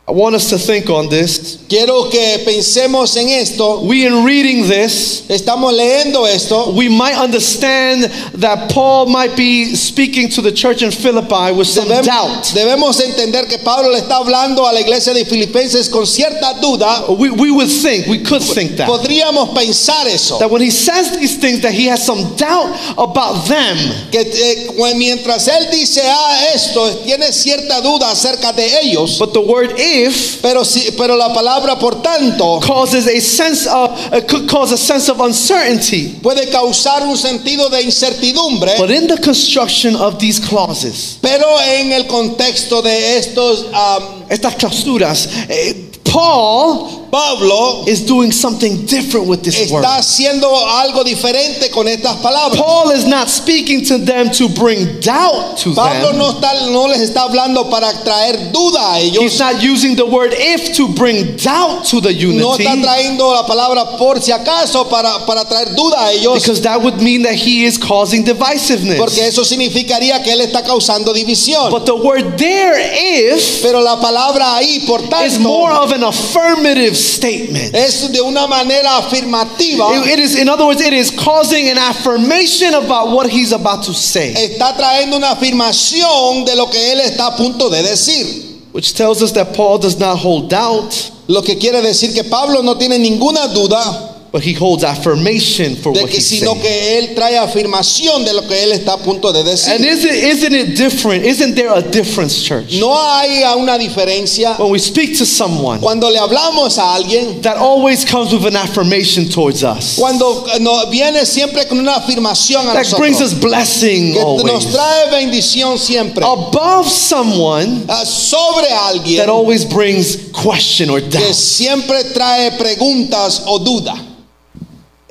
[SPEAKER 2] I want us to think on this.
[SPEAKER 3] Quiero que pensemos en esto.
[SPEAKER 2] We, in reading this,
[SPEAKER 3] Estamos leyendo esto.
[SPEAKER 2] we might understand that Paul might be speaking to the church in Philippi with some
[SPEAKER 3] Debem-
[SPEAKER 2] doubt.
[SPEAKER 3] debemos entender que Pablo le está hablando a la iglesia de Filipenses con cierta duda.
[SPEAKER 2] We, we would think, we could think that.
[SPEAKER 3] Podríamos pensar eso.
[SPEAKER 2] That when he says these things, that he has some doubt about them.
[SPEAKER 3] Que eh, cu- mientras él dice ah, esto, tiene cierta duda acerca de ellos.
[SPEAKER 2] But the word if
[SPEAKER 3] Pero, sí, pero la palabra por tanto
[SPEAKER 2] causes a sense of, uh, could cause a sense of uncertainty.
[SPEAKER 3] puede causar un sentido de incertidumbre.
[SPEAKER 2] But in the construction of these clauses,
[SPEAKER 3] Pero en el contexto de estos, am,
[SPEAKER 2] estas clausuras, eh, Paul
[SPEAKER 3] Pablo
[SPEAKER 2] is doing something different with this word.
[SPEAKER 3] está haciendo algo diferente con estas palabras.
[SPEAKER 2] Paul is not speaking to them to bring doubt to
[SPEAKER 3] Pablo
[SPEAKER 2] them.
[SPEAKER 3] no, está- no les está hablando para traer duda a ellos.
[SPEAKER 2] He's not using the word if to bring doubt to the
[SPEAKER 3] No
[SPEAKER 2] unity
[SPEAKER 3] está trayendo la palabra por si acaso para, para traer duda a ellos.
[SPEAKER 2] because that would mean that he is causing
[SPEAKER 3] Porque
[SPEAKER 2] divisiveness.
[SPEAKER 3] eso significaría que él está causando división.
[SPEAKER 2] But the word there if
[SPEAKER 3] Pero la palabra ahí, por
[SPEAKER 2] is more
[SPEAKER 3] tanto,
[SPEAKER 2] of an affirmative statement.
[SPEAKER 3] es de una manera afirmativa.
[SPEAKER 2] It- it is, in other words, it is causing an affirmation about what he's about to say,
[SPEAKER 3] Está trayendo una afirmación de lo que él está a punto de decir.
[SPEAKER 2] which tells us that Paul does not hold doubt,
[SPEAKER 3] Lo que quiere decir que Pablo no tiene ninguna duda
[SPEAKER 2] but he holds affirmation for
[SPEAKER 3] de
[SPEAKER 2] what
[SPEAKER 3] que,
[SPEAKER 2] he's
[SPEAKER 3] sino
[SPEAKER 2] saying.
[SPEAKER 3] que él trae afirmación de lo que él está a punto de
[SPEAKER 2] And
[SPEAKER 3] decir.
[SPEAKER 2] isn't, isn't it different? Isn't there a difference, church?
[SPEAKER 3] No hay una diferencia.
[SPEAKER 2] When we speak to someone,
[SPEAKER 3] Cuando le hablamos a alguien,
[SPEAKER 2] that always comes with an affirmation towards us.
[SPEAKER 3] Cuando eh, no, viene siempre con una afirmación a
[SPEAKER 2] That brings
[SPEAKER 3] nosotros
[SPEAKER 2] us blessing
[SPEAKER 3] que nos
[SPEAKER 2] always. Oh.
[SPEAKER 3] trae bendición siempre
[SPEAKER 2] Above someone
[SPEAKER 3] Ah, sobre alguien
[SPEAKER 2] that always brings question or
[SPEAKER 3] que
[SPEAKER 2] doubt.
[SPEAKER 3] siempre trae preguntas o duda.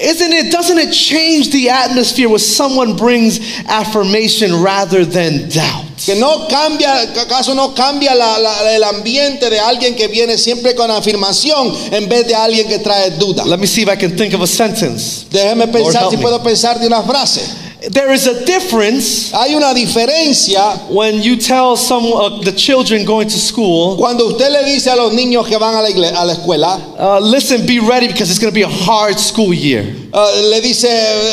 [SPEAKER 2] Isn't it, doesn't it change the atmosphere when someone brings affirmation rather than doubt?
[SPEAKER 3] Que no cambia, que acaso no cambia la- la- el ambiente de alguien que viene siempre con afirmación en vez de alguien que trae duda.
[SPEAKER 2] Let me see if I can think of a sentence.
[SPEAKER 3] Déjeme pensar
[SPEAKER 2] help
[SPEAKER 3] si
[SPEAKER 2] me.
[SPEAKER 3] puedo pensar de una frase.
[SPEAKER 2] There is a difference
[SPEAKER 3] Hay una diferencia
[SPEAKER 2] when you tell some uh, the children going to school,
[SPEAKER 3] cuando usted le dice a los niños que van a la, igle- a la escuela,
[SPEAKER 2] uh, listen, be ready because it's going to be a hard school year.
[SPEAKER 3] ah, le dice,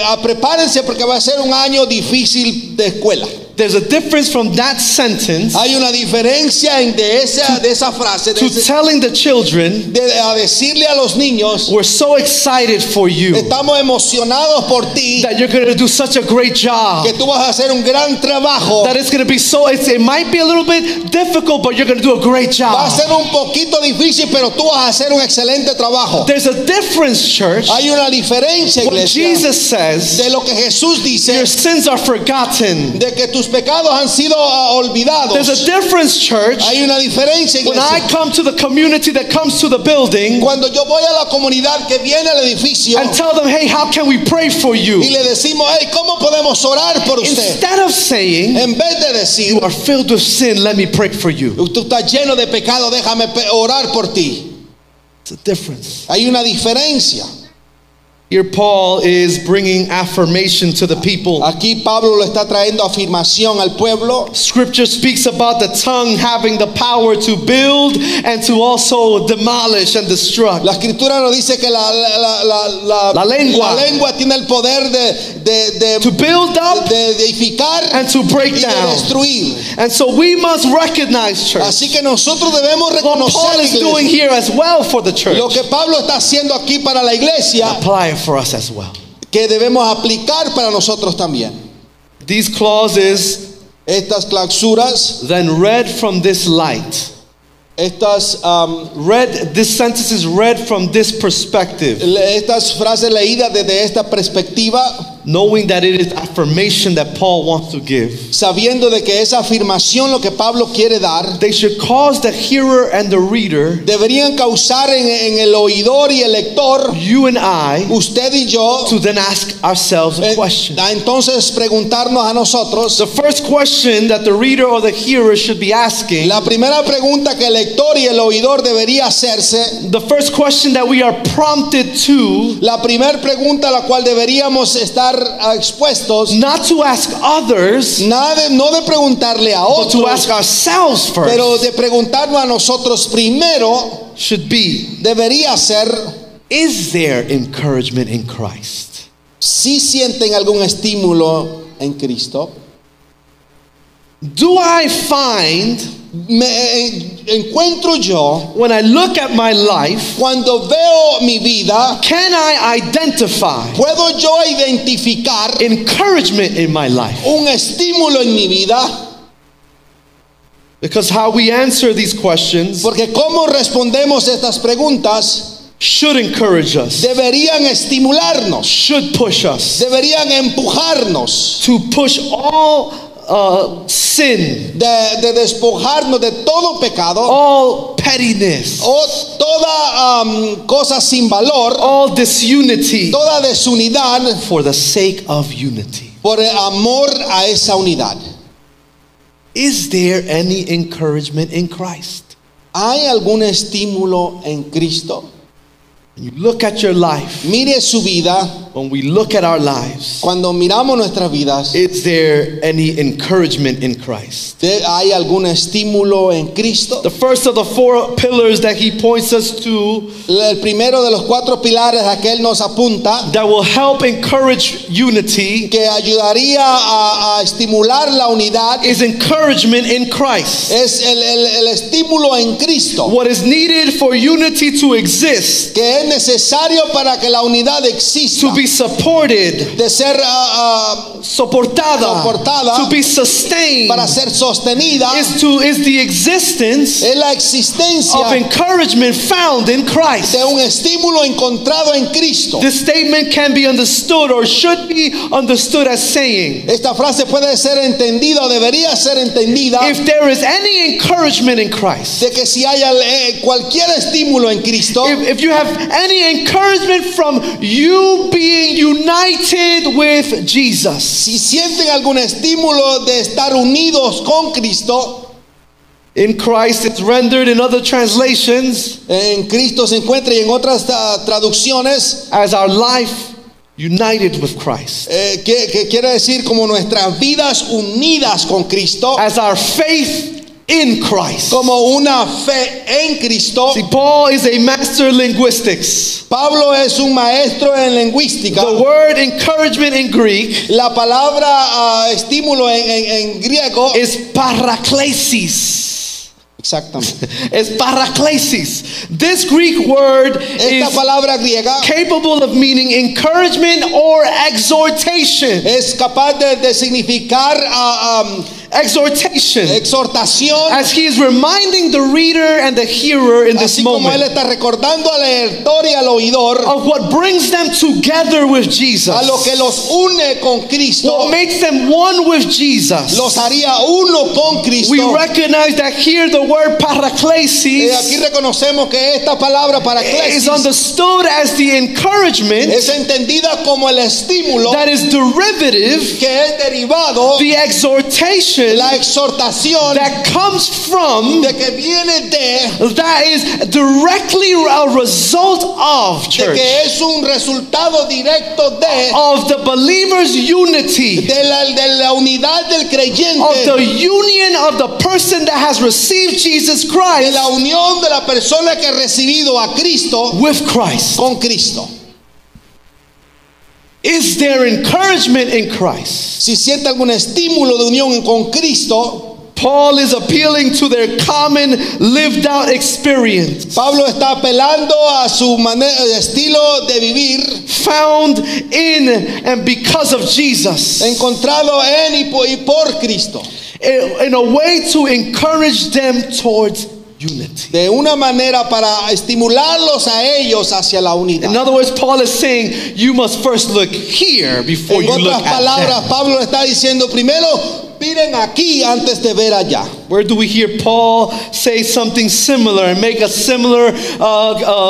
[SPEAKER 3] "Ah, prepárense porque va a ser un año difícil de escuela.
[SPEAKER 2] There's a difference from that sentence
[SPEAKER 3] Hay una diferencia en de esa, de esa frase de,
[SPEAKER 2] to
[SPEAKER 3] ese-
[SPEAKER 2] telling the children,
[SPEAKER 3] de- a decirle a los niños,
[SPEAKER 2] we're so excited for you
[SPEAKER 3] estamos emocionados por ti,
[SPEAKER 2] that you're going to do such a great job.
[SPEAKER 3] que tú vas a hacer un gran trabajo.
[SPEAKER 2] That it's going to be so, it's, it might be a little bit difficult, but you're going to do a great
[SPEAKER 3] Va a
[SPEAKER 2] job.
[SPEAKER 3] ser un poquito difícil, pero tú vas a hacer un excelente trabajo.
[SPEAKER 2] There's a difference, church.
[SPEAKER 3] Hay una diferencia,
[SPEAKER 2] When
[SPEAKER 3] iglesia,
[SPEAKER 2] Jesus says,
[SPEAKER 3] de lo que Jesús
[SPEAKER 2] your
[SPEAKER 3] dice,
[SPEAKER 2] sins are forgotten.
[SPEAKER 3] de que tus pecados han sido ah,
[SPEAKER 2] There's a
[SPEAKER 3] olvidados.
[SPEAKER 2] difference, church.
[SPEAKER 3] Hay una diferencia,
[SPEAKER 2] When
[SPEAKER 3] iglesia.
[SPEAKER 2] I come to the community that comes to the building
[SPEAKER 3] Cuando yo voy a la comunidad que viene al edificio
[SPEAKER 2] and tell them, hey, how can we pray for
[SPEAKER 3] y
[SPEAKER 2] you?
[SPEAKER 3] le decimos, hey, ¿cómo podemos orar por usted?
[SPEAKER 2] Instead of saying,
[SPEAKER 3] En vez de decir,
[SPEAKER 2] you are filled with sin, let me pray for you.
[SPEAKER 3] Tú estás lleno de pecado, déjame pe- orar por ti.
[SPEAKER 2] It's a difference.
[SPEAKER 3] Hay una diferencia.
[SPEAKER 2] Here, Paul is bringing affirmation to the people.
[SPEAKER 3] Aquí Pablo lo está trayendo afirmación al pueblo.
[SPEAKER 2] Scripture speaks about the tongue having the power to build and to also demolish and destruct.
[SPEAKER 3] La escritura nos dice que la, la- la- la- la-
[SPEAKER 2] La lengua.
[SPEAKER 3] la lengua tiene el poder de, de, de-
[SPEAKER 2] To build up
[SPEAKER 3] de- de edificar
[SPEAKER 2] and to
[SPEAKER 3] y
[SPEAKER 2] break
[SPEAKER 3] de
[SPEAKER 2] down.
[SPEAKER 3] destruir.
[SPEAKER 2] And so we must recognize, church,
[SPEAKER 3] Así que nosotros debemos
[SPEAKER 2] what Paul
[SPEAKER 3] reconocer
[SPEAKER 2] is
[SPEAKER 3] iglesia,
[SPEAKER 2] doing here as well for the
[SPEAKER 3] lo
[SPEAKER 2] church.
[SPEAKER 3] que Pablo está haciendo aquí para la iglesia,
[SPEAKER 2] Apply it for us as well.
[SPEAKER 3] que debemos aplicar para nosotros también.
[SPEAKER 2] These clauses,
[SPEAKER 3] Estas clausuras,
[SPEAKER 2] then read from this light,
[SPEAKER 3] estas am,
[SPEAKER 2] read, this sentence is read from this perspective,
[SPEAKER 3] Le- Estas frases leídas desde esta perspectiva,
[SPEAKER 2] knowing that it is affirmation that Paul wants to give.
[SPEAKER 3] sabiendo de que esa afirmación lo que Pablo quiere dar,
[SPEAKER 2] They should cause the hearer and the reader,
[SPEAKER 3] deberían causar en, en el oidor y el lector,
[SPEAKER 2] you and I,
[SPEAKER 3] usted y yo,
[SPEAKER 2] to then ask ourselves a
[SPEAKER 3] eh,
[SPEAKER 2] question.
[SPEAKER 3] a entonces preguntarnos a nosotros,
[SPEAKER 2] The first question that the reader or the hearer should be asking,
[SPEAKER 3] la primera pregunta que el lector y el oidor debería hacerse,
[SPEAKER 2] the first question that we are prompted to,
[SPEAKER 3] la primera pregunta a la cual deberíamos estar ah, expuestos,
[SPEAKER 2] not to ask others,
[SPEAKER 3] nada de- no de preguntarle a
[SPEAKER 2] but to
[SPEAKER 3] otros,
[SPEAKER 2] ask ourselves
[SPEAKER 3] pero
[SPEAKER 2] first,
[SPEAKER 3] de preguntarnos a nosotros primero,
[SPEAKER 2] should be,
[SPEAKER 3] debería ser...
[SPEAKER 2] is there encouragement in Christ?
[SPEAKER 3] si sienten algún estímulo en Cristo,
[SPEAKER 2] Do I find,
[SPEAKER 3] me eh, encuentro yo
[SPEAKER 2] when I look at my life,
[SPEAKER 3] cuando veo mi vida,
[SPEAKER 2] can I identify
[SPEAKER 3] puedo yo identificar
[SPEAKER 2] encouragement in my life?
[SPEAKER 3] un estímulo en mi vida,
[SPEAKER 2] Because how we answer these questions
[SPEAKER 3] porque cómo respondemos estas preguntas
[SPEAKER 2] should encourage us,
[SPEAKER 3] deberían estimularnos,
[SPEAKER 2] should push us
[SPEAKER 3] deberían empujarnos
[SPEAKER 2] to push all uh, sin,
[SPEAKER 3] de, de despojarnos de todo pecado
[SPEAKER 2] all pettiness,
[SPEAKER 3] o toda am, cosa sin valor,
[SPEAKER 2] all disunity,
[SPEAKER 3] toda desunidad
[SPEAKER 2] for the sake of unity.
[SPEAKER 3] por el amor a esa unidad.
[SPEAKER 2] Is there any encouragement in Christ?
[SPEAKER 3] ¿Hay algún estímulo en Cristo?
[SPEAKER 2] When you look at your life,
[SPEAKER 3] Mire su vida,
[SPEAKER 2] when we look at our lives,
[SPEAKER 3] cuando miramos nuestras vidas,
[SPEAKER 2] is there any encouragement in Christ?
[SPEAKER 3] ¿de- ¿hay algún estímulo en Cristo?
[SPEAKER 2] The first of the four pillars that he points us to
[SPEAKER 3] El primero de los cuatro pilares a que Él nos apunta,
[SPEAKER 2] that will help encourage unity
[SPEAKER 3] que ayudaría a, a estimular la unidad,
[SPEAKER 2] is encouragement in Christ.
[SPEAKER 3] es el, el- el estímulo en Cristo,
[SPEAKER 2] What is needed for unity to exist,
[SPEAKER 3] que es necesario para que la unidad exista,
[SPEAKER 2] to be supported,
[SPEAKER 3] de ser ah, ah,
[SPEAKER 2] soportada,
[SPEAKER 3] Soportada.
[SPEAKER 2] to be sustained,
[SPEAKER 3] para ser sostenida,
[SPEAKER 2] is to is the existence
[SPEAKER 3] es la
[SPEAKER 2] of
[SPEAKER 3] existencia
[SPEAKER 2] encouragement found in Christ.
[SPEAKER 3] de un estímulo encontrado en Cristo.
[SPEAKER 2] This statement can be understood or should be understood as saying,
[SPEAKER 3] Esta frase puede ser entendida o debería ser entendida
[SPEAKER 2] if there is any encouragement in Christ,
[SPEAKER 3] de que si hay al- eh, cualquier estímulo en Cristo,
[SPEAKER 2] if, if you have any encouragement from you being united with Jesus,
[SPEAKER 3] si sienten algún estímulo de estar unidos con Cristo,
[SPEAKER 2] in Christ it's rendered in other translations
[SPEAKER 3] eh, en Cristo se encuentra y en otras ah, traducciones,
[SPEAKER 2] as our life united with Christ,
[SPEAKER 3] eh, que, que quiere decir como nuestras vidas unidas con Cristo,
[SPEAKER 2] as our faith in Christ.
[SPEAKER 3] como una fe en Cristo.
[SPEAKER 2] See, Paul is a master linguistics.
[SPEAKER 3] Pablo es un maestro en lingüística.
[SPEAKER 2] The word encouragement in Greek
[SPEAKER 3] La palabra ah, estímulo en, en- en griego
[SPEAKER 2] is paraklesis. <laughs>
[SPEAKER 3] exactamente.
[SPEAKER 2] is paraklesis. This Greek word
[SPEAKER 3] Esta
[SPEAKER 2] is
[SPEAKER 3] palabra griega
[SPEAKER 2] capable of meaning encouragement or exhortation.
[SPEAKER 3] es capaz de, de significar ah, am,
[SPEAKER 2] Exhortation.
[SPEAKER 3] exhortación,
[SPEAKER 2] As he is reminding the reader and the hearer in this
[SPEAKER 3] así como él
[SPEAKER 2] moment Oh.
[SPEAKER 3] está recordando al lector y al oidor
[SPEAKER 2] of what brings them together with Jesus,
[SPEAKER 3] a lo que los une con Cristo,
[SPEAKER 2] what makes them one with Jesus.
[SPEAKER 3] los haría uno con Cristo.
[SPEAKER 2] We recognize that here the word
[SPEAKER 3] Eh, aquí
[SPEAKER 2] paraklesis
[SPEAKER 3] reconocemos que esta palabra para
[SPEAKER 2] is
[SPEAKER 3] Clesis
[SPEAKER 2] understood as the encouragement
[SPEAKER 3] es entendida como el estímulo
[SPEAKER 2] that is derivative,
[SPEAKER 3] que es derivado
[SPEAKER 2] the
[SPEAKER 3] de
[SPEAKER 2] exhortation
[SPEAKER 3] la exhortación
[SPEAKER 2] that comes from
[SPEAKER 3] de que viene de,
[SPEAKER 2] that is directly a result of
[SPEAKER 3] de
[SPEAKER 2] church
[SPEAKER 3] que es un resultado directo de
[SPEAKER 2] of the believers unity
[SPEAKER 3] de la, de la unidad del
[SPEAKER 2] of
[SPEAKER 3] creyente
[SPEAKER 2] the union of the person that has received Jesus
[SPEAKER 3] de la
[SPEAKER 2] Christ
[SPEAKER 3] unión de la persona que ha recibido a Cristo
[SPEAKER 2] with Christ
[SPEAKER 3] con Cristo.
[SPEAKER 2] is there encouragement in Christ
[SPEAKER 3] Si siente algún estímulo de unión con Cristo,
[SPEAKER 2] Paul is appealing to their common lived out experience
[SPEAKER 3] Pablo está apelando a su mane- eh, estilo de vivir
[SPEAKER 2] found in and because of Jesus
[SPEAKER 3] encontrado en y po- y por Cristo,
[SPEAKER 2] in in a way to encourage them towards unity
[SPEAKER 3] de una manera para estimularlos a ellos hacia la
[SPEAKER 2] In
[SPEAKER 3] unidad.
[SPEAKER 2] other words, Paul is saying you must first look here before
[SPEAKER 3] En
[SPEAKER 2] you
[SPEAKER 3] otras
[SPEAKER 2] look at
[SPEAKER 3] palabras,
[SPEAKER 2] them.
[SPEAKER 3] Pablo está diciendo primero, miren aquí antes de ver allá.
[SPEAKER 2] Where do we hear Paul say something similar and make a similar uh,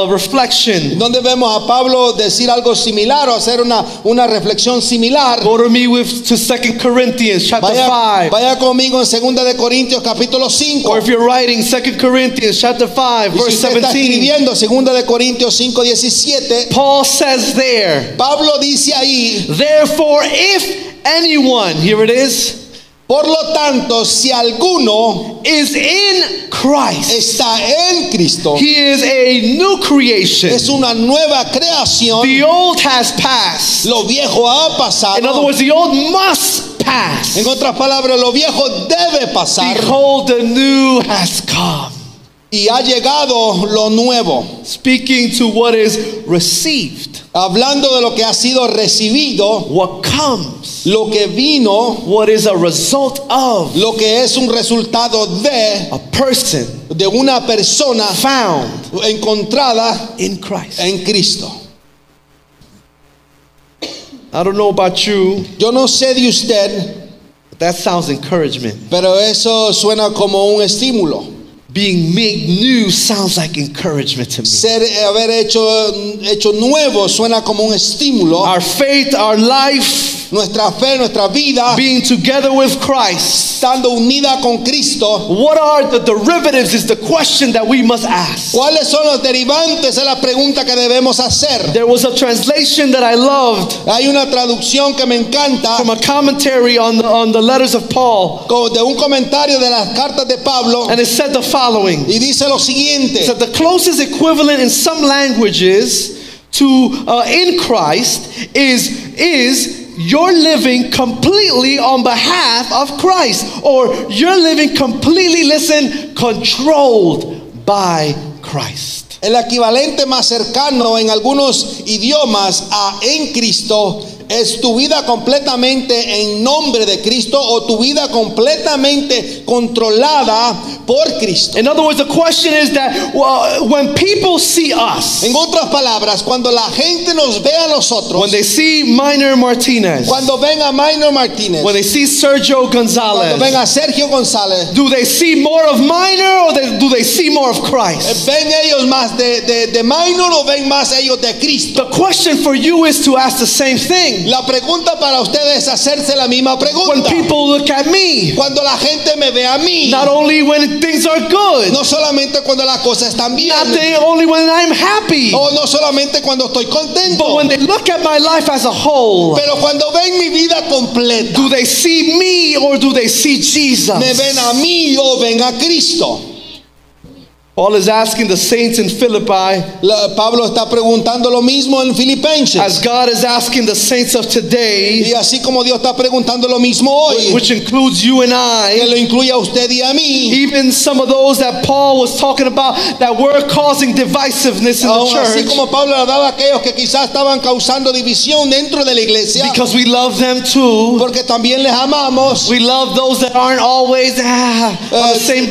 [SPEAKER 2] uh, reflection?
[SPEAKER 3] donde vemos a Pablo decir algo similar o hacer una, una reflexión similar.
[SPEAKER 2] Go to me with to Second Corinthians chapter
[SPEAKER 3] Vaya,
[SPEAKER 2] five,
[SPEAKER 3] vaya conmigo en 2 de Corintios capítulo
[SPEAKER 2] or
[SPEAKER 3] 5.
[SPEAKER 2] if you're writing Second Corinthians chapter five,
[SPEAKER 3] Y Si
[SPEAKER 2] verse
[SPEAKER 3] usted está
[SPEAKER 2] 17.
[SPEAKER 3] escribiendo 2 de Corintios 5, 17,
[SPEAKER 2] Paul says there,
[SPEAKER 3] Pablo dice ahí,
[SPEAKER 2] therefore, if anyone, here it is,
[SPEAKER 3] por lo tanto, si alguno
[SPEAKER 2] is in Christ,
[SPEAKER 3] está en Cristo,
[SPEAKER 2] he is a new creation.
[SPEAKER 3] es una nueva creación,
[SPEAKER 2] The old has passed.
[SPEAKER 3] lo viejo ha
[SPEAKER 2] In other
[SPEAKER 3] pasado.
[SPEAKER 2] words, the old must pass.
[SPEAKER 3] En otras palabras, lo viejo debe pasar
[SPEAKER 2] Behold, the new has come.
[SPEAKER 3] y ha llegado lo nuevo.
[SPEAKER 2] Speaking to what is received,
[SPEAKER 3] Hablando de lo que ha sido recibido,
[SPEAKER 2] what comes,
[SPEAKER 3] lo que vino,
[SPEAKER 2] what is a result of
[SPEAKER 3] lo que es un resultado de,
[SPEAKER 2] a person
[SPEAKER 3] de una persona
[SPEAKER 2] found
[SPEAKER 3] encontrada
[SPEAKER 2] in Christ.
[SPEAKER 3] en Cristo.
[SPEAKER 2] I don't know about you,
[SPEAKER 3] Yo no sé de usted,
[SPEAKER 2] That sounds encouragement.
[SPEAKER 3] Pero eso suena como un estímulo.
[SPEAKER 2] Being made new sounds like encouragement to me.
[SPEAKER 3] Ser, haber hecho, hecho nuevo suena como un estímulo.
[SPEAKER 2] Our faith, our life,
[SPEAKER 3] nuestra fe, nuestra vida,
[SPEAKER 2] being together with Christ.
[SPEAKER 3] estando unida con Cristo.
[SPEAKER 2] What are the derivatives is the question that we must ask.
[SPEAKER 3] ¿Cuáles son los derivantes? Es la pregunta que debemos hacer.
[SPEAKER 2] There was a translation that I loved
[SPEAKER 3] Hay una traducción que me encanta
[SPEAKER 2] from a commentary on the, on the letters of Paul,
[SPEAKER 3] co- de un comentario de las cartas de Pablo
[SPEAKER 2] and it said the following.
[SPEAKER 3] y dice lo
[SPEAKER 2] It
[SPEAKER 3] siguiente.
[SPEAKER 2] said the closest equivalent in some languages to uh, in Christ is is you're living completely on behalf of Christ, or you're living completely, listen, controlled by Christ.
[SPEAKER 3] El equivalente más cercano en algunos idiomas a en Cristo es tu vida completamente en nombre de Cristo o tu vida completamente controlada por Cristo.
[SPEAKER 2] In other words, the question is that well, when people see us,
[SPEAKER 3] En otras palabras, cuando la gente nos ve a
[SPEAKER 2] when
[SPEAKER 3] nosotros,
[SPEAKER 2] they see Minor Martinez,
[SPEAKER 3] cuando ven a Minor Martínez,
[SPEAKER 2] when they see Sergio
[SPEAKER 3] cuando ven
[SPEAKER 2] Gonzalez,
[SPEAKER 3] a Sergio González,
[SPEAKER 2] do they see more of Minor or they, do they see more of Christ?
[SPEAKER 3] ¿ven ellos más de, de, de Minor o ven más ellos de Cristo?
[SPEAKER 2] The question for you is to ask the same thing.
[SPEAKER 3] La pregunta para ustedes es hacerse la misma
[SPEAKER 2] When
[SPEAKER 3] pregunta.
[SPEAKER 2] people look at me,
[SPEAKER 3] Cuando la gente me ve a mí,
[SPEAKER 2] not only when things are good,
[SPEAKER 3] No solamente cuando las cosas están bien.
[SPEAKER 2] not the- only when I'm happy,
[SPEAKER 3] O no solamente cuando estoy
[SPEAKER 2] but
[SPEAKER 3] contento.
[SPEAKER 2] when they look at my life as a whole,
[SPEAKER 3] Pero cuando ven mi vida completa.
[SPEAKER 2] do they see me or do they see
[SPEAKER 3] Me ven a
[SPEAKER 2] Jesus?
[SPEAKER 3] mí o ven a Cristo.
[SPEAKER 2] Paul is asking the saints in Philippi,
[SPEAKER 3] La- Pablo está preguntando lo mismo en
[SPEAKER 2] as
[SPEAKER 3] Filipenses.
[SPEAKER 2] God is asking the saints of
[SPEAKER 3] Y
[SPEAKER 2] today,
[SPEAKER 3] así como Dios está preguntando lo mismo hoy.
[SPEAKER 2] which includes you and
[SPEAKER 3] Que
[SPEAKER 2] I.
[SPEAKER 3] lo incluye a usted y a mí.
[SPEAKER 2] Even some of those that Paul was talking about that were causing divisiveness in
[SPEAKER 3] Aún así
[SPEAKER 2] the church
[SPEAKER 3] como Pablo le daba a aquellos que quizás estaban causando división dentro de la iglesia.
[SPEAKER 2] because we love them too.
[SPEAKER 3] Porque también les amamos.
[SPEAKER 2] We love those that aren't always ah, on the
[SPEAKER 3] Eh,
[SPEAKER 2] same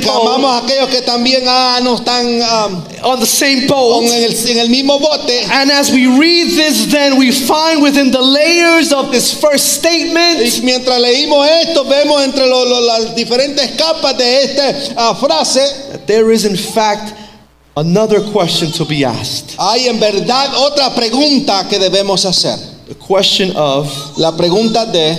[SPEAKER 2] boat.
[SPEAKER 3] amamos a aquellos que también ah, no están ah,
[SPEAKER 2] On the same
[SPEAKER 3] con
[SPEAKER 2] boat.
[SPEAKER 3] el- en el mismo bote.
[SPEAKER 2] And as we read this, then we find within the layers of this first
[SPEAKER 3] Y
[SPEAKER 2] statement
[SPEAKER 3] mientras leímos esto, vemos entre lo- lo- las diferentes capas de esta ah, frase,
[SPEAKER 2] that there is, in fact, another question to be asked.
[SPEAKER 3] hay en verdad otra pregunta que debemos hacer.
[SPEAKER 2] The question of
[SPEAKER 3] La pregunta de,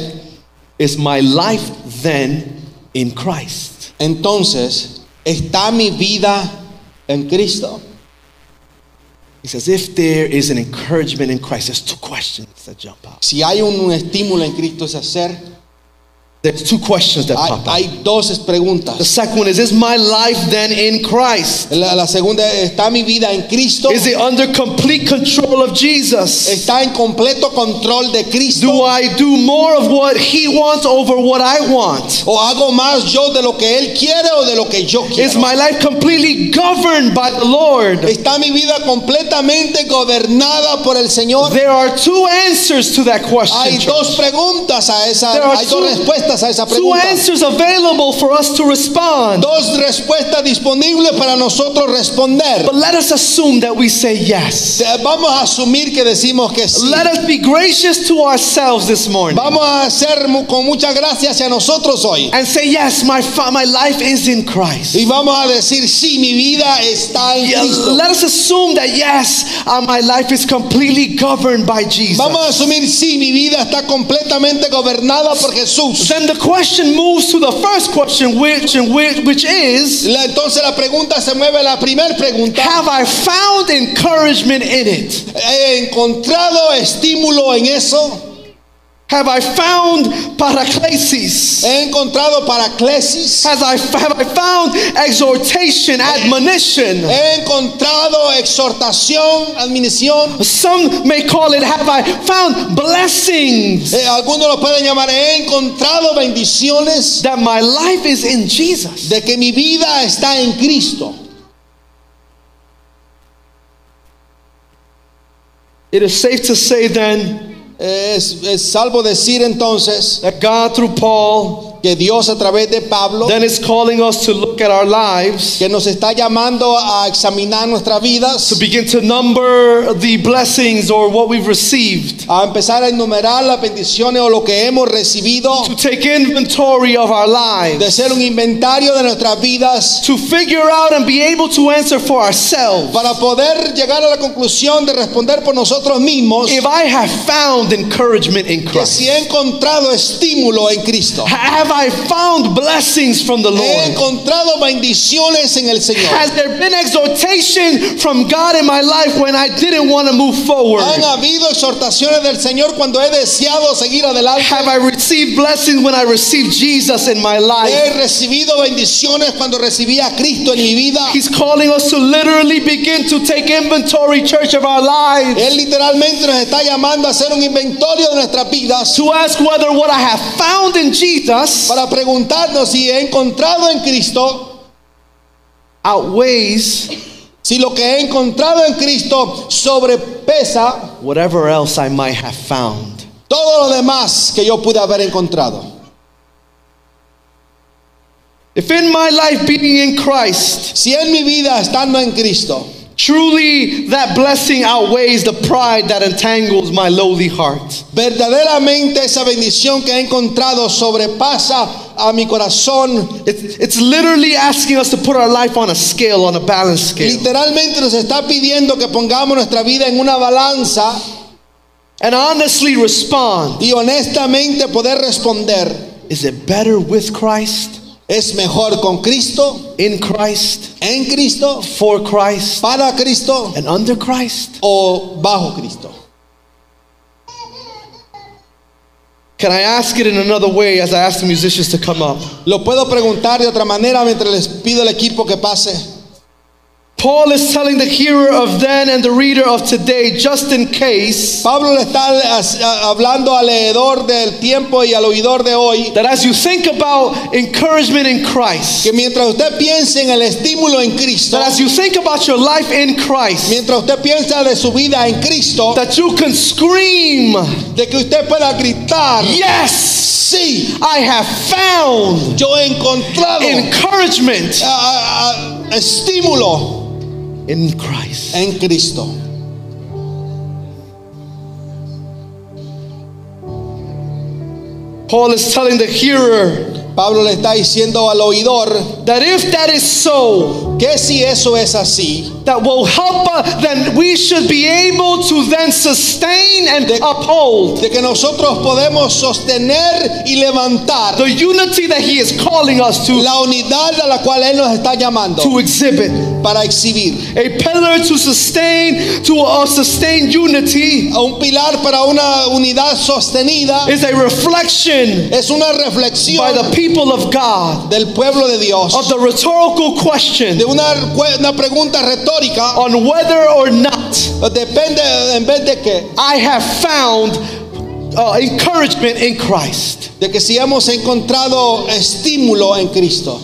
[SPEAKER 2] Is my life then in Christ?
[SPEAKER 3] entonces, ¿está mi vida en Cristo?
[SPEAKER 2] He says, If there is an encouragement in Christ, there's two questions that jump out.
[SPEAKER 3] Si hay un estímulo en Cristo es hacer,
[SPEAKER 2] There's two questions that
[SPEAKER 3] hay,
[SPEAKER 2] pop out.
[SPEAKER 3] hay dos
[SPEAKER 2] The
[SPEAKER 3] preguntas.
[SPEAKER 2] second one is Is my life then in Christ?
[SPEAKER 3] La, la segunda, ¿está mi vida en Cristo?
[SPEAKER 2] Is it under complete control of Jesus?
[SPEAKER 3] ¿Está en completo control de
[SPEAKER 2] Do
[SPEAKER 3] Cristo?
[SPEAKER 2] I do more of what he wants over what I want?
[SPEAKER 3] ¿O hago más yo de lo que Él quiere o de lo que yo
[SPEAKER 2] Is
[SPEAKER 3] quiero?
[SPEAKER 2] my life completely governed by the Lord?
[SPEAKER 3] ¿Está mi vida completamente gobernada por el Señor?
[SPEAKER 2] There are two answers to that question.
[SPEAKER 3] Hay dos
[SPEAKER 2] church.
[SPEAKER 3] preguntas a
[SPEAKER 2] There
[SPEAKER 3] esa,
[SPEAKER 2] are
[SPEAKER 3] hay dos
[SPEAKER 2] two-
[SPEAKER 3] respuestas a esa
[SPEAKER 2] Two
[SPEAKER 3] pregunta.
[SPEAKER 2] answers available for us to respond.
[SPEAKER 3] Dos respuestas disponibles para nosotros responder.
[SPEAKER 2] But let us assume that we say yes.
[SPEAKER 3] Te- Vamos a asumir que decimos que sí.
[SPEAKER 2] Let us be gracious to ourselves this morning
[SPEAKER 3] Vamos a hacer mu- con mucha gracia hacia nosotros hoy.
[SPEAKER 2] and say, Yes, my, fa- my life is in Christ.
[SPEAKER 3] Y vamos a decir, sí, mi vida está en
[SPEAKER 2] Yeah,
[SPEAKER 3] Cristo.
[SPEAKER 2] Let us assume that, yes, uh, my life is completely governed by Jesus.
[SPEAKER 3] Vamos a asumir, sí, mi vida está completamente gobernada por Jesús.
[SPEAKER 2] Then the question moves to the first question, which and which, which is,
[SPEAKER 3] La- Entonces la pregunta se mueve a la primera pregunta.
[SPEAKER 2] have I found encouragement in it?
[SPEAKER 3] He encontrado estímulo en eso.
[SPEAKER 2] Have I found paraclesis?
[SPEAKER 3] He encontrado paraclesis.
[SPEAKER 2] Has I, have I found exhortation, admonition?
[SPEAKER 3] He encontrado exhortación, admonición.
[SPEAKER 2] Some may call it, have I found blessings?
[SPEAKER 3] Eh, algunos lo pueden llamar. He encontrado bendiciones
[SPEAKER 2] That my life is in Jesus.
[SPEAKER 3] de que mi vida está en Cristo.
[SPEAKER 2] It is safe to say then
[SPEAKER 3] Eh, Es, es salvo decir entonces
[SPEAKER 2] that God through Paul
[SPEAKER 3] que Dios a través de Pablo
[SPEAKER 2] then is calling us to look look at our lives,
[SPEAKER 3] que nos está llamando a examinar nuestras vidas,
[SPEAKER 2] to begin to number the blessings or what we've received,
[SPEAKER 3] a empezar a enumerar las bendiciones o lo que hemos recibido,
[SPEAKER 2] to take inventory of our lives,
[SPEAKER 3] de ser un inventario de nuestras vidas
[SPEAKER 2] to figure out and be able to answer for ourselves.
[SPEAKER 3] para poder llegar a la conclusión de responder por nosotros mismos
[SPEAKER 2] If I have found encouragement in
[SPEAKER 3] que si
[SPEAKER 2] Christ,
[SPEAKER 3] he encontrado estímulo en Cristo,
[SPEAKER 2] have I found blessings from the
[SPEAKER 3] he
[SPEAKER 2] Lord?
[SPEAKER 3] encontrado bendiciones en el Señor.
[SPEAKER 2] Has there been exhortation from God in my life when I didn't want to move forward?
[SPEAKER 3] Han habido exhortaciones del Señor cuando he deseado seguir adelante.
[SPEAKER 2] Have I received blessings when I received Jesus in my
[SPEAKER 3] He
[SPEAKER 2] life?
[SPEAKER 3] recibido bendiciones cuando recibí a Cristo en mi vida.
[SPEAKER 2] He's calling us to literally begin to take inventory, church, of our lives.
[SPEAKER 3] Él literalmente nos está llamando a hacer un inventario de nuestras vidas
[SPEAKER 2] To ask whether what I have found in Jesus
[SPEAKER 3] para preguntarnos si he encontrado en Cristo,
[SPEAKER 2] outweighs
[SPEAKER 3] si lo que he encontrado en Cristo sobrepesa
[SPEAKER 2] whatever else I might have found.
[SPEAKER 3] todo lo demás que yo pude haber encontrado.
[SPEAKER 2] If in my life being in Christ,
[SPEAKER 3] Si en mi vida estando en Cristo,
[SPEAKER 2] truly that blessing outweighs the pride that entangles my lowly heart.
[SPEAKER 3] verdaderamente esa bendición que he encontrado sobrepasa a mi corazón.
[SPEAKER 2] It's, it's literally asking us to put our life on a scale, on a balance scale.
[SPEAKER 3] Literalmente nos está pidiendo que pongamos nuestra vida en una balanza
[SPEAKER 2] And honestly respond
[SPEAKER 3] y honestamente poder responder,
[SPEAKER 2] Is it better with Christ,
[SPEAKER 3] ¿es mejor con Cristo,
[SPEAKER 2] in Christ,
[SPEAKER 3] en Cristo,
[SPEAKER 2] for Christ,
[SPEAKER 3] para Cristo
[SPEAKER 2] and under Christ?
[SPEAKER 3] o bajo Cristo?
[SPEAKER 2] Can I ask it in another way as I ask the musicians to come up?
[SPEAKER 3] Lo puedo preguntar de otra manera mientras les pido al equipo que pase.
[SPEAKER 2] Paul is telling the hearer of then and the reader of today, just in case,
[SPEAKER 3] Pablo le está as- a- hablando al leedor del tiempo y al oidor de hoy
[SPEAKER 2] that as you think about encouragement in Christ,
[SPEAKER 3] que mientras usted piense en el estímulo en Cristo,
[SPEAKER 2] that as you think about your life in Christ,
[SPEAKER 3] mientras usted piensa de su vida en Cristo,
[SPEAKER 2] that you can scream,
[SPEAKER 3] de que usted pueda gritar,
[SPEAKER 2] Yes,
[SPEAKER 3] sí,
[SPEAKER 2] I have found
[SPEAKER 3] yo he encontrado
[SPEAKER 2] encouragement
[SPEAKER 3] ah, ah, ah, estímulo
[SPEAKER 2] in Christ.
[SPEAKER 3] en Cristo.
[SPEAKER 2] Paul is telling the hearer
[SPEAKER 3] Pablo le está diciendo al oidor
[SPEAKER 2] that if that is so,
[SPEAKER 3] que si eso es así,
[SPEAKER 2] that will help us, then we should be able to then sustain and uphold
[SPEAKER 3] de que nosotros podemos sostener y levantar
[SPEAKER 2] the unity that he is calling us to,
[SPEAKER 3] la unidad a la cual Él nos está llamando
[SPEAKER 2] to exhibit.
[SPEAKER 3] para exhibir.
[SPEAKER 2] A pillar to sustain, to uh, sustain unity
[SPEAKER 3] A un pilar para una unidad sostenida
[SPEAKER 2] is a reflection
[SPEAKER 3] es una
[SPEAKER 2] by the
[SPEAKER 3] reflexión
[SPEAKER 2] people of God
[SPEAKER 3] del pueblo de
[SPEAKER 2] of
[SPEAKER 3] Dios,
[SPEAKER 2] the rhetorical question
[SPEAKER 3] de una, cu- una pregunta retórica.
[SPEAKER 2] on whether or not
[SPEAKER 3] Depende en vez de que,
[SPEAKER 2] I have found uh, encouragement in Christ.
[SPEAKER 3] de que si hemos encontrado estímulo en Cristo.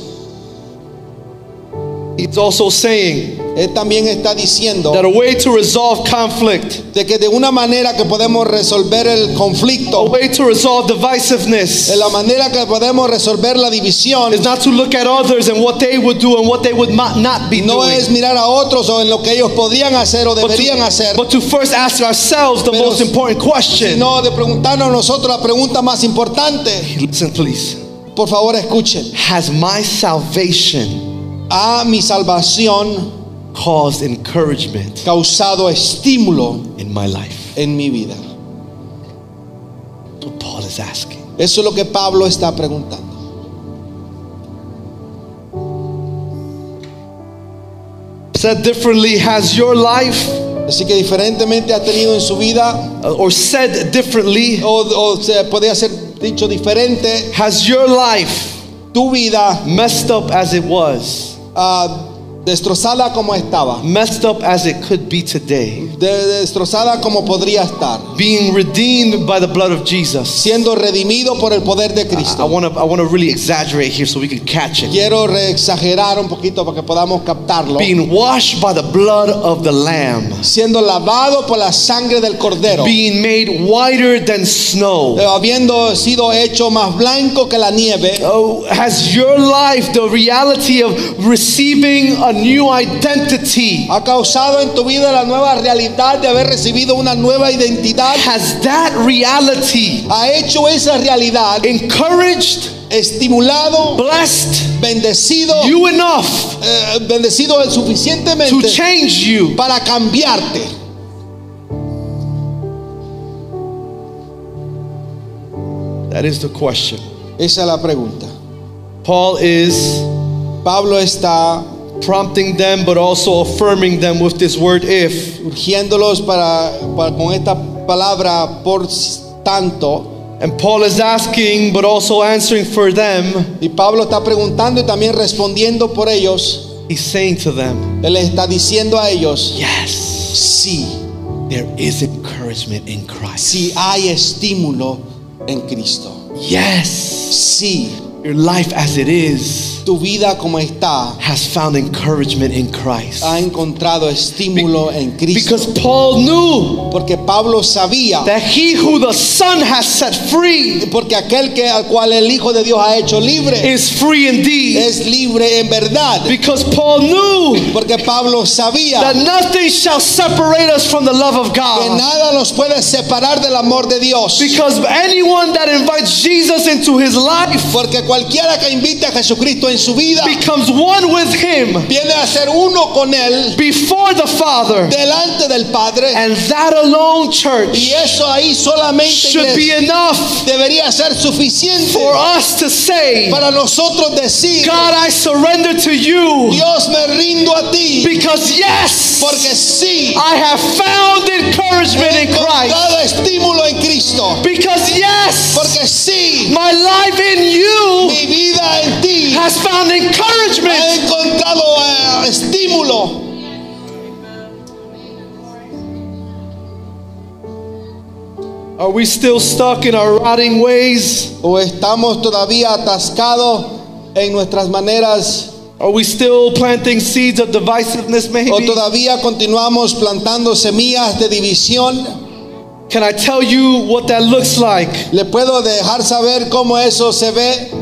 [SPEAKER 2] He's also saying
[SPEAKER 3] Él también está diciendo
[SPEAKER 2] that a way to resolve conflict,
[SPEAKER 3] de que de una manera que podemos resolver el
[SPEAKER 2] a
[SPEAKER 3] conflicto,
[SPEAKER 2] way to resolve divisiveness,
[SPEAKER 3] de la manera que podemos resolver la división,
[SPEAKER 2] is not to look at others and what they would do and what they would not, not be
[SPEAKER 3] no
[SPEAKER 2] doing,
[SPEAKER 3] es mirar a otros o en lo que ellos podían hacer o
[SPEAKER 2] but,
[SPEAKER 3] deberían
[SPEAKER 2] to,
[SPEAKER 3] hacer,
[SPEAKER 2] but to first ask ourselves the
[SPEAKER 3] Pero-
[SPEAKER 2] most important question.
[SPEAKER 3] sino de preguntarnos a nosotros la pregunta más importante.
[SPEAKER 2] Listen, please.
[SPEAKER 3] Por favor, escuchen.
[SPEAKER 2] Has my salvation
[SPEAKER 3] ¿Ha mi salvación
[SPEAKER 2] caused encouragement
[SPEAKER 3] causado estímulo
[SPEAKER 2] in my life?
[SPEAKER 3] en mi vida?
[SPEAKER 2] That's what Paul is asking.
[SPEAKER 3] Eso es lo que Pablo está preguntando.
[SPEAKER 2] Said differently, has your life,
[SPEAKER 3] Así que diferentemente ha tenido en su vida,
[SPEAKER 2] uh, or said differently,
[SPEAKER 3] o, o se podría ser dicho diferente,
[SPEAKER 2] Has your life
[SPEAKER 3] tu vida
[SPEAKER 2] messed up as it was
[SPEAKER 3] ah, destrozada como estaba,
[SPEAKER 2] messed up as it could be today,
[SPEAKER 3] de- destrozada como podría estar,
[SPEAKER 2] being redeemed by the blood of Jesus.
[SPEAKER 3] siendo redimido por el poder de
[SPEAKER 2] I
[SPEAKER 3] Cristo.
[SPEAKER 2] want to I want to really exaggerate here so we can catch it.
[SPEAKER 3] Quiero reexagerar un poquito para que podamos captarlo.
[SPEAKER 2] Being washed by the blood of the lamb,
[SPEAKER 3] Siendo lavado por la sangre del cordero,
[SPEAKER 2] being made whiter than
[SPEAKER 3] eh,
[SPEAKER 2] snow.
[SPEAKER 3] habiendo sido hecho más blanco que la nieve,
[SPEAKER 2] Oh, has your life the reality of receiving a new identity?
[SPEAKER 3] ha causado en tu vida la nueva realidad de haber recibido una nueva identidad.
[SPEAKER 2] Has that reality
[SPEAKER 3] Ha hecho esa realidad
[SPEAKER 2] encouraged,
[SPEAKER 3] estimulado,
[SPEAKER 2] blessed
[SPEAKER 3] bendecido,
[SPEAKER 2] you enough
[SPEAKER 3] eh, bendecido el
[SPEAKER 2] to
[SPEAKER 3] suficientemente
[SPEAKER 2] change you?
[SPEAKER 3] para cambiarte.
[SPEAKER 2] That is the question.
[SPEAKER 3] Esa es la pregunta.
[SPEAKER 2] Paul is
[SPEAKER 3] Pablo está
[SPEAKER 2] prompting them but also affirming them with this word if
[SPEAKER 3] urgiéndolos para, para- con esta palabra por tanto
[SPEAKER 2] and paul is asking but also answering for them
[SPEAKER 3] y Pablo está preguntando y también respondiendo por ellos.
[SPEAKER 2] he's saying to them
[SPEAKER 3] Él les está diciendo a ellos,
[SPEAKER 2] yes
[SPEAKER 3] sí,
[SPEAKER 2] there is encouragement in christ
[SPEAKER 3] sí hay estímulo en Cristo.
[SPEAKER 2] yes
[SPEAKER 3] Sí,
[SPEAKER 2] your life as it is
[SPEAKER 3] tu vida como está
[SPEAKER 2] has found encouragement in christ
[SPEAKER 3] ha encontrado estímulo en Cristo.
[SPEAKER 2] because paul knew
[SPEAKER 3] Porque Pablo sabía
[SPEAKER 2] that he who the son has set free
[SPEAKER 3] porque aquel que al cual el Hijo de Dios ha hecho libre
[SPEAKER 2] is free indeed
[SPEAKER 3] es libre en verdad.
[SPEAKER 2] because paul knew
[SPEAKER 3] Porque Pablo sabía
[SPEAKER 2] that nothing shall separate us from the love of
[SPEAKER 3] que
[SPEAKER 2] god
[SPEAKER 3] nada nos puede separar del amor de Dios.
[SPEAKER 2] Because anyone that invites Jesus into his life
[SPEAKER 3] Porque cualquiera que invite a Jesucristo en su vida
[SPEAKER 2] becomes one with him
[SPEAKER 3] viene a ser uno con él
[SPEAKER 2] before the Father.
[SPEAKER 3] delante del Padre.
[SPEAKER 2] And that alone, church,
[SPEAKER 3] Y eso ahí solamente
[SPEAKER 2] should be
[SPEAKER 3] iglesia,
[SPEAKER 2] enough
[SPEAKER 3] debería ser suficiente
[SPEAKER 2] for us to say,
[SPEAKER 3] para nosotros decir,
[SPEAKER 2] God, I surrender to you.
[SPEAKER 3] Dios me rindo a ti,
[SPEAKER 2] Because
[SPEAKER 3] porque
[SPEAKER 2] yes,
[SPEAKER 3] sí,
[SPEAKER 2] I have found encouragement
[SPEAKER 3] he
[SPEAKER 2] in Christ.
[SPEAKER 3] encontrado estímulo en Cristo.
[SPEAKER 2] Because yes,
[SPEAKER 3] Porque sí,
[SPEAKER 2] my life in you
[SPEAKER 3] mi vida en ti
[SPEAKER 2] has found
[SPEAKER 3] ha
[SPEAKER 2] encouragement.
[SPEAKER 3] encontrado eh, estímulo.
[SPEAKER 2] Are we still stuck in our rotting ways?
[SPEAKER 3] O estamos todavía atascados en nuestras maneras
[SPEAKER 2] Are we still planting seeds of divisiveness,
[SPEAKER 3] o
[SPEAKER 2] maybe?
[SPEAKER 3] todavía continuamos plantando semillas de división.
[SPEAKER 2] Can I tell you what that looks like?
[SPEAKER 3] Le puedo dejar saber cómo eso se ve.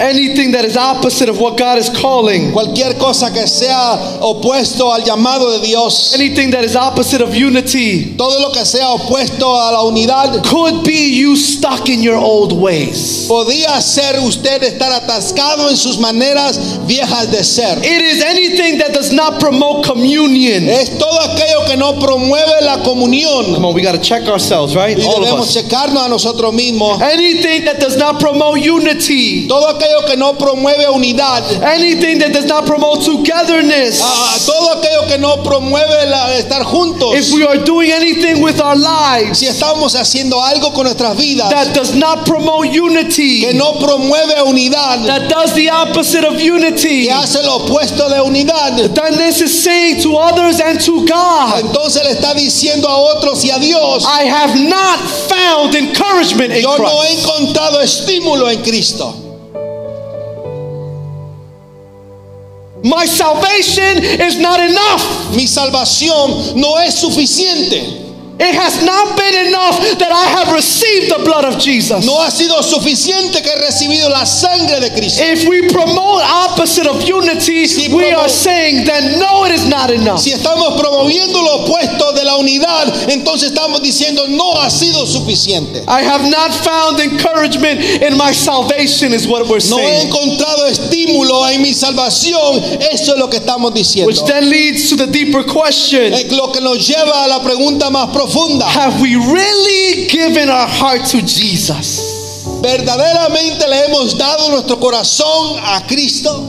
[SPEAKER 2] Anything that is opposite of what God is calling,
[SPEAKER 3] Cualquier cosa que sea opuesto al llamado de Dios,
[SPEAKER 2] anything that is opposite of unity,
[SPEAKER 3] todo lo que sea opuesto a la unidad,
[SPEAKER 2] could be you stuck in your old ways.
[SPEAKER 3] podría ser usted estar atascado en sus maneras viejas de ser.
[SPEAKER 2] It is anything that does not promote communion.
[SPEAKER 3] Es todo aquello que no promueve la comunión.
[SPEAKER 2] Come on, we got to check ourselves, right?
[SPEAKER 3] Y
[SPEAKER 2] All of
[SPEAKER 3] debemos
[SPEAKER 2] us.
[SPEAKER 3] checarnos a nosotros mismos.
[SPEAKER 2] Anything that does not promote unity,
[SPEAKER 3] Todo aquello que no promueve unidad.
[SPEAKER 2] anything that does not promote togetherness.
[SPEAKER 3] a- a todo aquello que no promueve la, estar juntos.
[SPEAKER 2] If we are doing anything with our lives
[SPEAKER 3] si estamos haciendo algo con nuestras vidas
[SPEAKER 2] that does not promote unity,
[SPEAKER 3] que no promueve unidad,
[SPEAKER 2] that does the opposite of unity.
[SPEAKER 3] que hace lo opuesto de unidad,
[SPEAKER 2] Then this is saying to others and to God,
[SPEAKER 3] entonces le está diciendo a otros y a Dios,
[SPEAKER 2] I have not found encouragement in
[SPEAKER 3] yo no he
[SPEAKER 2] Ah, Christ.
[SPEAKER 3] encontrado estímulo en Cristo.
[SPEAKER 2] My salvation is not enough.
[SPEAKER 3] Mi salvación no es suficiente.
[SPEAKER 2] It has not been enough that I have received the blood of Jesus.
[SPEAKER 3] No ha sido suficiente que he recibido la sangre de Cristo.
[SPEAKER 2] If we promote opposite of unity,
[SPEAKER 3] Si
[SPEAKER 2] we
[SPEAKER 3] promo-
[SPEAKER 2] are saying that no, it is not enough.
[SPEAKER 3] Si estamos promoviendo lo opuesto de la unidad, entonces estamos diciendo no ha sido suficiente.
[SPEAKER 2] I have not found encouragement in my salvation, is what we're
[SPEAKER 3] No he
[SPEAKER 2] saying.
[SPEAKER 3] encontrado estímulo en mi salvación. Eso es lo que estamos
[SPEAKER 2] Which
[SPEAKER 3] diciendo.
[SPEAKER 2] then leads to the deeper question.
[SPEAKER 3] Es lo que nos lleva a la pregunta más profunda.
[SPEAKER 2] Have we really given our heart to Jesus?
[SPEAKER 3] ¿Verdaderamente le hemos dado nuestro corazón a Cristo?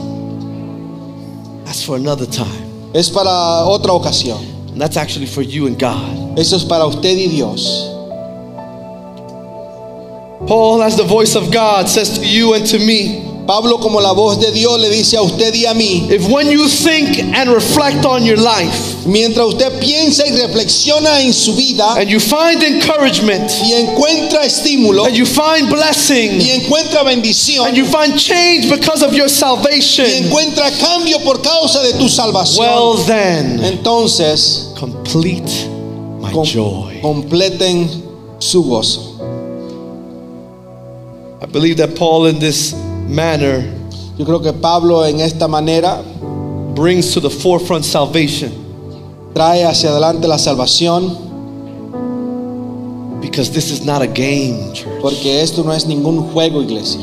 [SPEAKER 2] That's for another time.
[SPEAKER 3] Es para otra ocasión.
[SPEAKER 2] And that's actually for you and God.
[SPEAKER 3] Eso es para usted y Dios.
[SPEAKER 2] Paul, as the voice of God, says to you and to me,
[SPEAKER 3] Pablo como la voz de Dios le dice a usted y a mí,
[SPEAKER 2] If when you think and reflect on your life
[SPEAKER 3] mientras usted piensa y reflexiona en su vida
[SPEAKER 2] and you find encouragement
[SPEAKER 3] y encuentra estímulo
[SPEAKER 2] and you find blessing
[SPEAKER 3] y encuentra bendición
[SPEAKER 2] and you find change because of your
[SPEAKER 3] y
[SPEAKER 2] salvation,
[SPEAKER 3] encuentra cambio por causa de tu
[SPEAKER 2] well
[SPEAKER 3] salvación,
[SPEAKER 2] then,
[SPEAKER 3] entonces
[SPEAKER 2] complete my
[SPEAKER 3] com-
[SPEAKER 2] joy.
[SPEAKER 3] completen su gozo.
[SPEAKER 2] I believe that Paul, in this manner,
[SPEAKER 3] Yo creo que Pablo en esta manera
[SPEAKER 2] brings to the forefront salvation
[SPEAKER 3] trae hacia adelante la salvación
[SPEAKER 2] because this is not a game, church.
[SPEAKER 3] porque esto no es ningún juego, iglesia.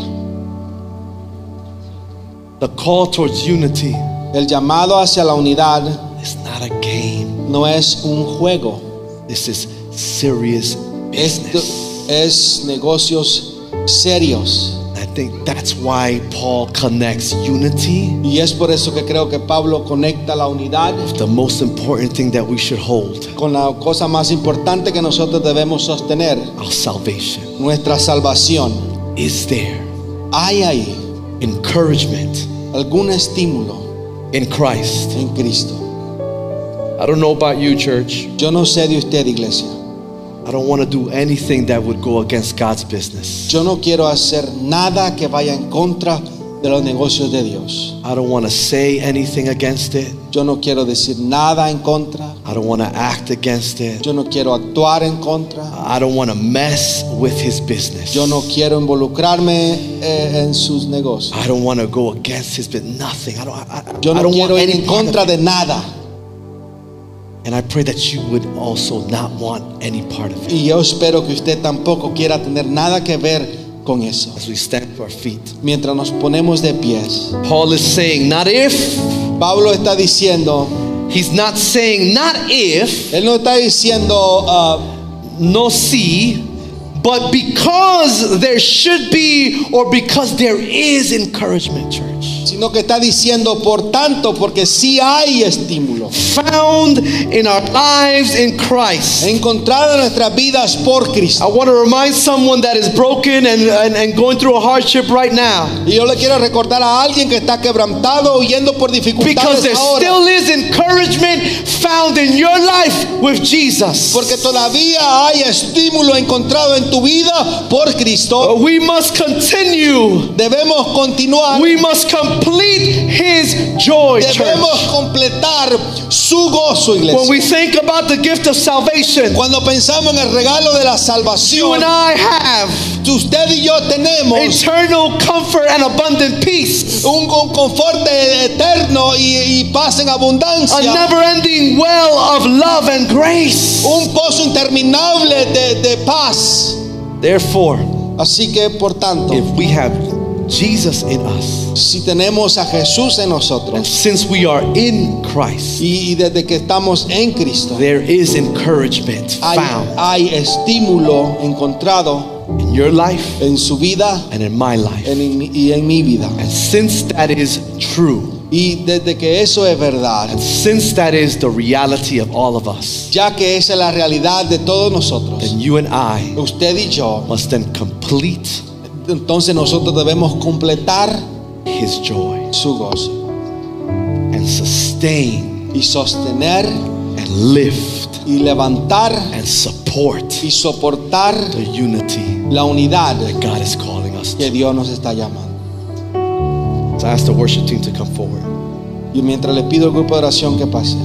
[SPEAKER 2] The call towards unity
[SPEAKER 3] El llamado hacia la unidad
[SPEAKER 2] is not a game.
[SPEAKER 3] no es un juego,
[SPEAKER 2] This is serious
[SPEAKER 3] esto
[SPEAKER 2] business.
[SPEAKER 3] es negocios serios.
[SPEAKER 2] I think that's why Paul connects unity
[SPEAKER 3] Y es por eso que creo que Pablo conecta la unidad
[SPEAKER 2] with the most important thing that we should hold
[SPEAKER 3] con la cosa más importante que nosotros debemos sostener,
[SPEAKER 2] our salvation.
[SPEAKER 3] nuestra salvación.
[SPEAKER 2] Is there
[SPEAKER 3] Hay ahí
[SPEAKER 2] encouragement
[SPEAKER 3] algún estímulo
[SPEAKER 2] in Christ?
[SPEAKER 3] en Cristo.
[SPEAKER 2] I don't know about you, church.
[SPEAKER 3] Yo no sé de usted, iglesia.
[SPEAKER 2] I don't want to do anything that would go against God's business.
[SPEAKER 3] Yo no quiero hacer nada que vaya en contra de los negocios de Dios.
[SPEAKER 2] I don't want to say anything against it.
[SPEAKER 3] Yo no quiero decir nada en contra.
[SPEAKER 2] I don't want to act against it.
[SPEAKER 3] Yo no quiero actuar en contra.
[SPEAKER 2] I don't want to mess with his business.
[SPEAKER 3] Yo no quiero involucrarme eh, en sus negocios.
[SPEAKER 2] I don't want to go against his business. Nothing. I don't. I, I-
[SPEAKER 3] Yo
[SPEAKER 2] I
[SPEAKER 3] no
[SPEAKER 2] don't want
[SPEAKER 3] quiero ir
[SPEAKER 2] any
[SPEAKER 3] en
[SPEAKER 2] part of
[SPEAKER 3] contra
[SPEAKER 2] it.
[SPEAKER 3] de nada.
[SPEAKER 2] And I pray that you would also not want any part of it.
[SPEAKER 3] Y yo espero que usted tampoco quiera tener nada que ver con eso.
[SPEAKER 2] As we stand to our feet,
[SPEAKER 3] Mientras nos ponemos de pies,
[SPEAKER 2] Paul is saying, not if.
[SPEAKER 3] Pablo está diciendo,
[SPEAKER 2] He's not saying, not if,
[SPEAKER 3] él no está diciendo, ah,
[SPEAKER 2] no see, but because there should be or because there is encouragement, church.
[SPEAKER 3] sino que está diciendo, por tanto, porque sí hay estímulo.
[SPEAKER 2] Found in our lives in Christ.
[SPEAKER 3] Encontrado en nuestras vidas por
[SPEAKER 2] I
[SPEAKER 3] Cristo.
[SPEAKER 2] want to remind someone that is broken and, and, and going through a hardship right now.
[SPEAKER 3] Y yo le quiero recordar a alguien que está quebrantado, huyendo por
[SPEAKER 2] Because there
[SPEAKER 3] dificultades ahora.
[SPEAKER 2] still is encouragement found in your life with Jesus.
[SPEAKER 3] Porque todavía hay estímulo encontrado en tu vida por Cristo.
[SPEAKER 2] But we must continue.
[SPEAKER 3] Debemos continuar.
[SPEAKER 2] We must complete His joy, church.
[SPEAKER 3] Debemos completar su gozo,
[SPEAKER 2] When
[SPEAKER 3] iglesia.
[SPEAKER 2] we think about the gift of salvation,
[SPEAKER 3] Cuando pensamos en el regalo de la
[SPEAKER 2] you
[SPEAKER 3] salvación,
[SPEAKER 2] and I have
[SPEAKER 3] usted y yo tenemos
[SPEAKER 2] eternal comfort and abundant peace,
[SPEAKER 3] un, un confort eterno y, y paz en
[SPEAKER 2] a
[SPEAKER 3] abundancia.
[SPEAKER 2] never-ending well of love and grace.
[SPEAKER 3] Un pozo interminable de, de paz.
[SPEAKER 2] Therefore,
[SPEAKER 3] Así que, por tanto,
[SPEAKER 2] if we have Jesus in us.
[SPEAKER 3] si tenemos a Jesús en
[SPEAKER 2] And
[SPEAKER 3] nosotros
[SPEAKER 2] since we are in Christ,
[SPEAKER 3] y, y desde que estamos en Cristo,
[SPEAKER 2] there is encouragement
[SPEAKER 3] hay,
[SPEAKER 2] found
[SPEAKER 3] hay estímulo encontrado
[SPEAKER 2] in your life
[SPEAKER 3] en su vida
[SPEAKER 2] and in my life.
[SPEAKER 3] en- en mi- y en mi vida.
[SPEAKER 2] And since that is true,
[SPEAKER 3] Y desde que eso es verdad,
[SPEAKER 2] since that is the reality of all of us,
[SPEAKER 3] ya que esa es la realidad de todos nosotros,
[SPEAKER 2] then you and I
[SPEAKER 3] usted y yo,
[SPEAKER 2] must then complete
[SPEAKER 3] entonces nosotros debemos completar
[SPEAKER 2] His joy
[SPEAKER 3] su gozo
[SPEAKER 2] and sustain
[SPEAKER 3] y sostener
[SPEAKER 2] and lift
[SPEAKER 3] y levantar
[SPEAKER 2] and support
[SPEAKER 3] y soportar
[SPEAKER 2] the unity
[SPEAKER 3] la unidad
[SPEAKER 2] God is calling us
[SPEAKER 3] que
[SPEAKER 2] to.
[SPEAKER 3] Dios nos está llamando.
[SPEAKER 2] So I ask the worship team to come forward.
[SPEAKER 3] Y mientras le pido al grupo de oración que pase.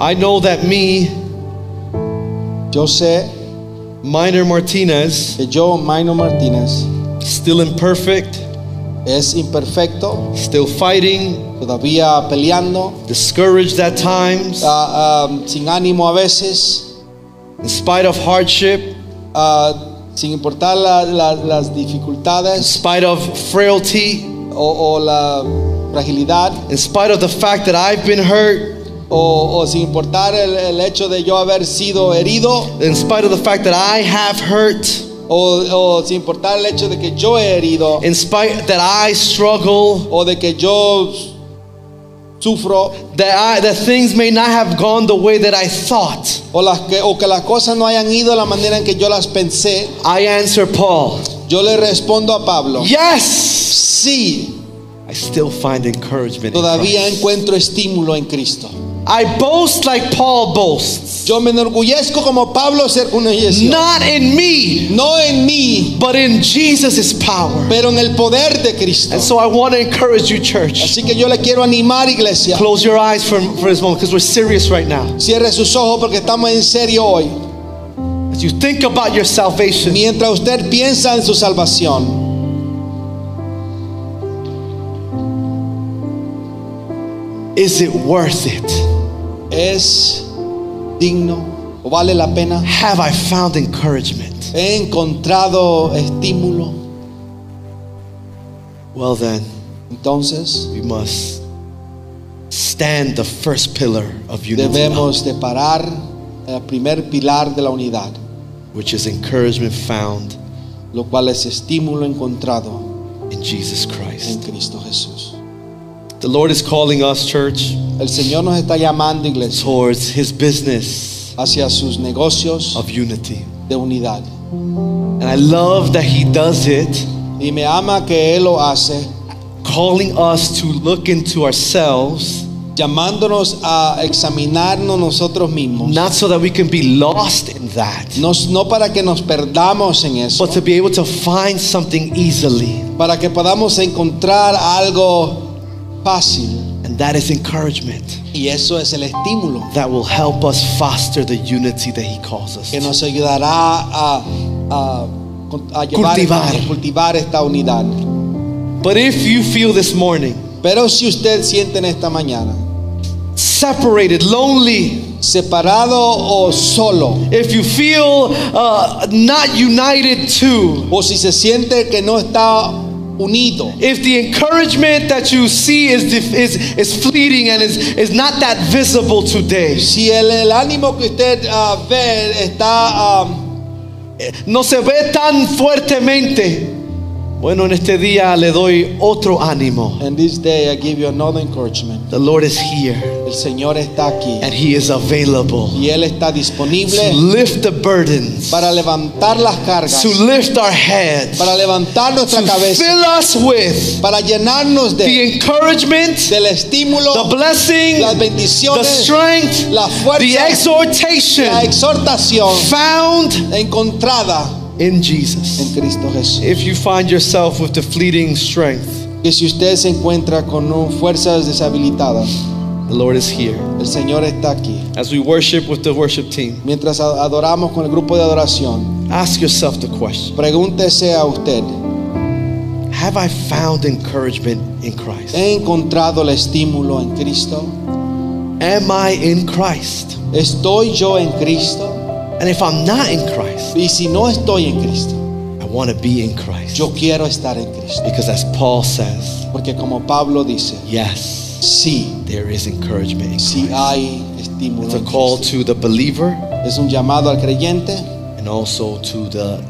[SPEAKER 2] I know that me,
[SPEAKER 3] Yo sé
[SPEAKER 2] Minor Martinez,
[SPEAKER 3] que yo, Maino Martínez,
[SPEAKER 2] still imperfect,
[SPEAKER 3] es imperfecto,
[SPEAKER 2] still fighting,
[SPEAKER 3] todavía peleando,
[SPEAKER 2] discouraged at times,
[SPEAKER 3] ah, ah, sin ánimo a veces,
[SPEAKER 2] in spite of hardship, in
[SPEAKER 3] ah, sin importar la- la- las dificultades.
[SPEAKER 2] spite of frailty,
[SPEAKER 3] o, o la fragilidad
[SPEAKER 2] in spite of the fact that I've been hurt,
[SPEAKER 3] o, o sin importar el, el hecho de yo haber sido herido
[SPEAKER 2] in spite of the fact that I have hurt,
[SPEAKER 3] o, o, o sin importar el hecho de que yo he herido
[SPEAKER 2] in spite that I struggle,
[SPEAKER 3] o de que yo sufro
[SPEAKER 2] that, I, that things may not have gone the way that I thought.
[SPEAKER 3] o, las que, o que las cosas no hayan ido de la manera en que yo las pensé,
[SPEAKER 2] I answer Paul,
[SPEAKER 3] yo le respondo a Pablo,
[SPEAKER 2] yes,
[SPEAKER 3] sí,
[SPEAKER 2] I still find encouragement. in
[SPEAKER 3] todavía
[SPEAKER 2] Christ.
[SPEAKER 3] encuentro estímulo en Cristo.
[SPEAKER 2] I boast like Paul boasts,
[SPEAKER 3] Yo me enorgullezco como Pablo se enorgulleció.
[SPEAKER 2] not in me,
[SPEAKER 3] no en mí,
[SPEAKER 2] but in Jesus' power.
[SPEAKER 3] pero en el poder de Cristo.
[SPEAKER 2] And so I want to encourage you, church.
[SPEAKER 3] Así que yo le quiero animar, iglesia.
[SPEAKER 2] Close your eyes for, for this moment because we're serious right now.
[SPEAKER 3] Cierre sus ojos porque estamos en serio hoy.
[SPEAKER 2] As you think about your salvation,
[SPEAKER 3] Mientras usted piensa en su salvación,
[SPEAKER 2] is it worth it?
[SPEAKER 3] ¿es digno o vale la pena?
[SPEAKER 2] Have I found encouragement?
[SPEAKER 3] ¿He encontrado estímulo?
[SPEAKER 2] Well, then,
[SPEAKER 3] Entonces
[SPEAKER 2] we must stand the first pillar of unity,
[SPEAKER 3] debemos de parar el primer pilar de la unidad,
[SPEAKER 2] which is encouragement found
[SPEAKER 3] lo cual es estímulo encontrado
[SPEAKER 2] in Jesus
[SPEAKER 3] en
[SPEAKER 2] Christ.
[SPEAKER 3] Cristo Jesús.
[SPEAKER 2] The Lord is calling us, church,
[SPEAKER 3] El Señor nos está llamando, iglesia,
[SPEAKER 2] towards His business
[SPEAKER 3] hacia sus negocios
[SPEAKER 2] of unity.
[SPEAKER 3] de unidad.
[SPEAKER 2] And I love that He does it,
[SPEAKER 3] Y me ama que Él lo hace,
[SPEAKER 2] calling us to look into ourselves.
[SPEAKER 3] llamándonos a examinarnos nosotros mismos.
[SPEAKER 2] not so that we can be lost in that,
[SPEAKER 3] No, no para que nos perdamos en eso,
[SPEAKER 2] but to be able to find something easily.
[SPEAKER 3] para que podamos encontrar algo fácil.
[SPEAKER 2] And that is encouragement
[SPEAKER 3] Y eso es el estímulo
[SPEAKER 2] that will help us foster the unity that He calls us
[SPEAKER 3] que
[SPEAKER 2] to.
[SPEAKER 3] nos ayudará a, a- a llevar-
[SPEAKER 2] Cultivar.
[SPEAKER 3] a cultivar esta unidad.
[SPEAKER 2] But if you feel this morning
[SPEAKER 3] Pero si usted siente en esta mañana,
[SPEAKER 2] separated, lonely,
[SPEAKER 3] separado o solo,
[SPEAKER 2] if you feel uh, not united to,
[SPEAKER 3] o si se siente que no está unido,
[SPEAKER 2] if the encouragement that you see is, def- is, is fleeting and is, is not that visible today,
[SPEAKER 3] si el, el ánimo que usted ah, ve está ah,
[SPEAKER 2] no se ve tan fuertemente, bueno, en este día le doy otro ánimo.
[SPEAKER 3] And this day I give you another encouragement.
[SPEAKER 2] The Lord is here
[SPEAKER 3] El Señor está aquí
[SPEAKER 2] and He is available
[SPEAKER 3] y Él está
[SPEAKER 2] to
[SPEAKER 3] disponible
[SPEAKER 2] lift the burdens,
[SPEAKER 3] para levantar las cargas,
[SPEAKER 2] to lift our heads,
[SPEAKER 3] para
[SPEAKER 2] to
[SPEAKER 3] levantar nuestra cabeza,
[SPEAKER 2] fill us with
[SPEAKER 3] para llenarnos de,
[SPEAKER 2] the encouragement,
[SPEAKER 3] del
[SPEAKER 2] the
[SPEAKER 3] estímulo,
[SPEAKER 2] blessing,
[SPEAKER 3] las
[SPEAKER 2] the
[SPEAKER 3] bendiciones,
[SPEAKER 2] strength,
[SPEAKER 3] la
[SPEAKER 2] the
[SPEAKER 3] fuerza, la
[SPEAKER 2] exhortation
[SPEAKER 3] exhortación
[SPEAKER 2] found
[SPEAKER 3] encontrada
[SPEAKER 2] in
[SPEAKER 3] en
[SPEAKER 2] Jesus.
[SPEAKER 3] Cristo Jesús.
[SPEAKER 2] If you find yourself with the fleeting strength,
[SPEAKER 3] Que si usted se encuentra con un- fuerzas deshabilitadas,
[SPEAKER 2] the Lord is here.
[SPEAKER 3] el Señor está aquí.
[SPEAKER 2] As we worship with the worship team,
[SPEAKER 3] Mientras a- adoramos con el grupo de adoración,
[SPEAKER 2] ask yourself the question
[SPEAKER 3] pregúntese a usted.
[SPEAKER 2] Have I found encouragement in Christ?
[SPEAKER 3] He encontrado el estímulo en Cristo.
[SPEAKER 2] Am I in Christ?
[SPEAKER 3] Estoy yo en Cristo.
[SPEAKER 2] And if I'm not in Christ,
[SPEAKER 3] Y si no estoy en Cristo,
[SPEAKER 2] I want to be in Christ.
[SPEAKER 3] yo quiero estar en Cristo.
[SPEAKER 2] Because as Paul says,
[SPEAKER 3] Porque como Pablo dice,
[SPEAKER 2] yes,
[SPEAKER 3] sí,
[SPEAKER 2] there is encouragement in
[SPEAKER 3] sí
[SPEAKER 2] Christ.
[SPEAKER 3] hay estímulo.
[SPEAKER 2] It's a
[SPEAKER 3] en
[SPEAKER 2] call
[SPEAKER 3] Cristo.
[SPEAKER 2] to the believer
[SPEAKER 3] Es un llamado al creyente
[SPEAKER 2] and also to the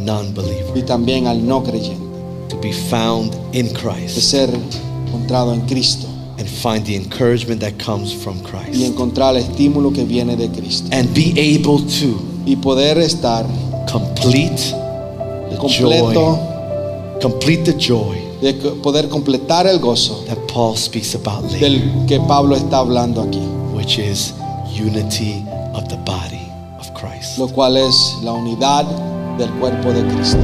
[SPEAKER 2] non
[SPEAKER 3] y
[SPEAKER 2] believer
[SPEAKER 3] también al no creyente.
[SPEAKER 2] to be found in
[SPEAKER 3] De
[SPEAKER 2] Christ
[SPEAKER 3] ser encontrado en Cristo
[SPEAKER 2] and find the encouragement that comes from
[SPEAKER 3] y
[SPEAKER 2] Christ
[SPEAKER 3] encontrar el estímulo que viene de Cristo.
[SPEAKER 2] and be able to
[SPEAKER 3] Y poder estar
[SPEAKER 2] complete the
[SPEAKER 3] completo,
[SPEAKER 2] joy, complete the joy
[SPEAKER 3] de co- poder completar el gozo
[SPEAKER 2] that Paul speaks about later,
[SPEAKER 3] del que Pablo está hablando aquí,
[SPEAKER 2] which is unity of the body of Christ.
[SPEAKER 3] lo cual es la unidad del cuerpo de Cristo.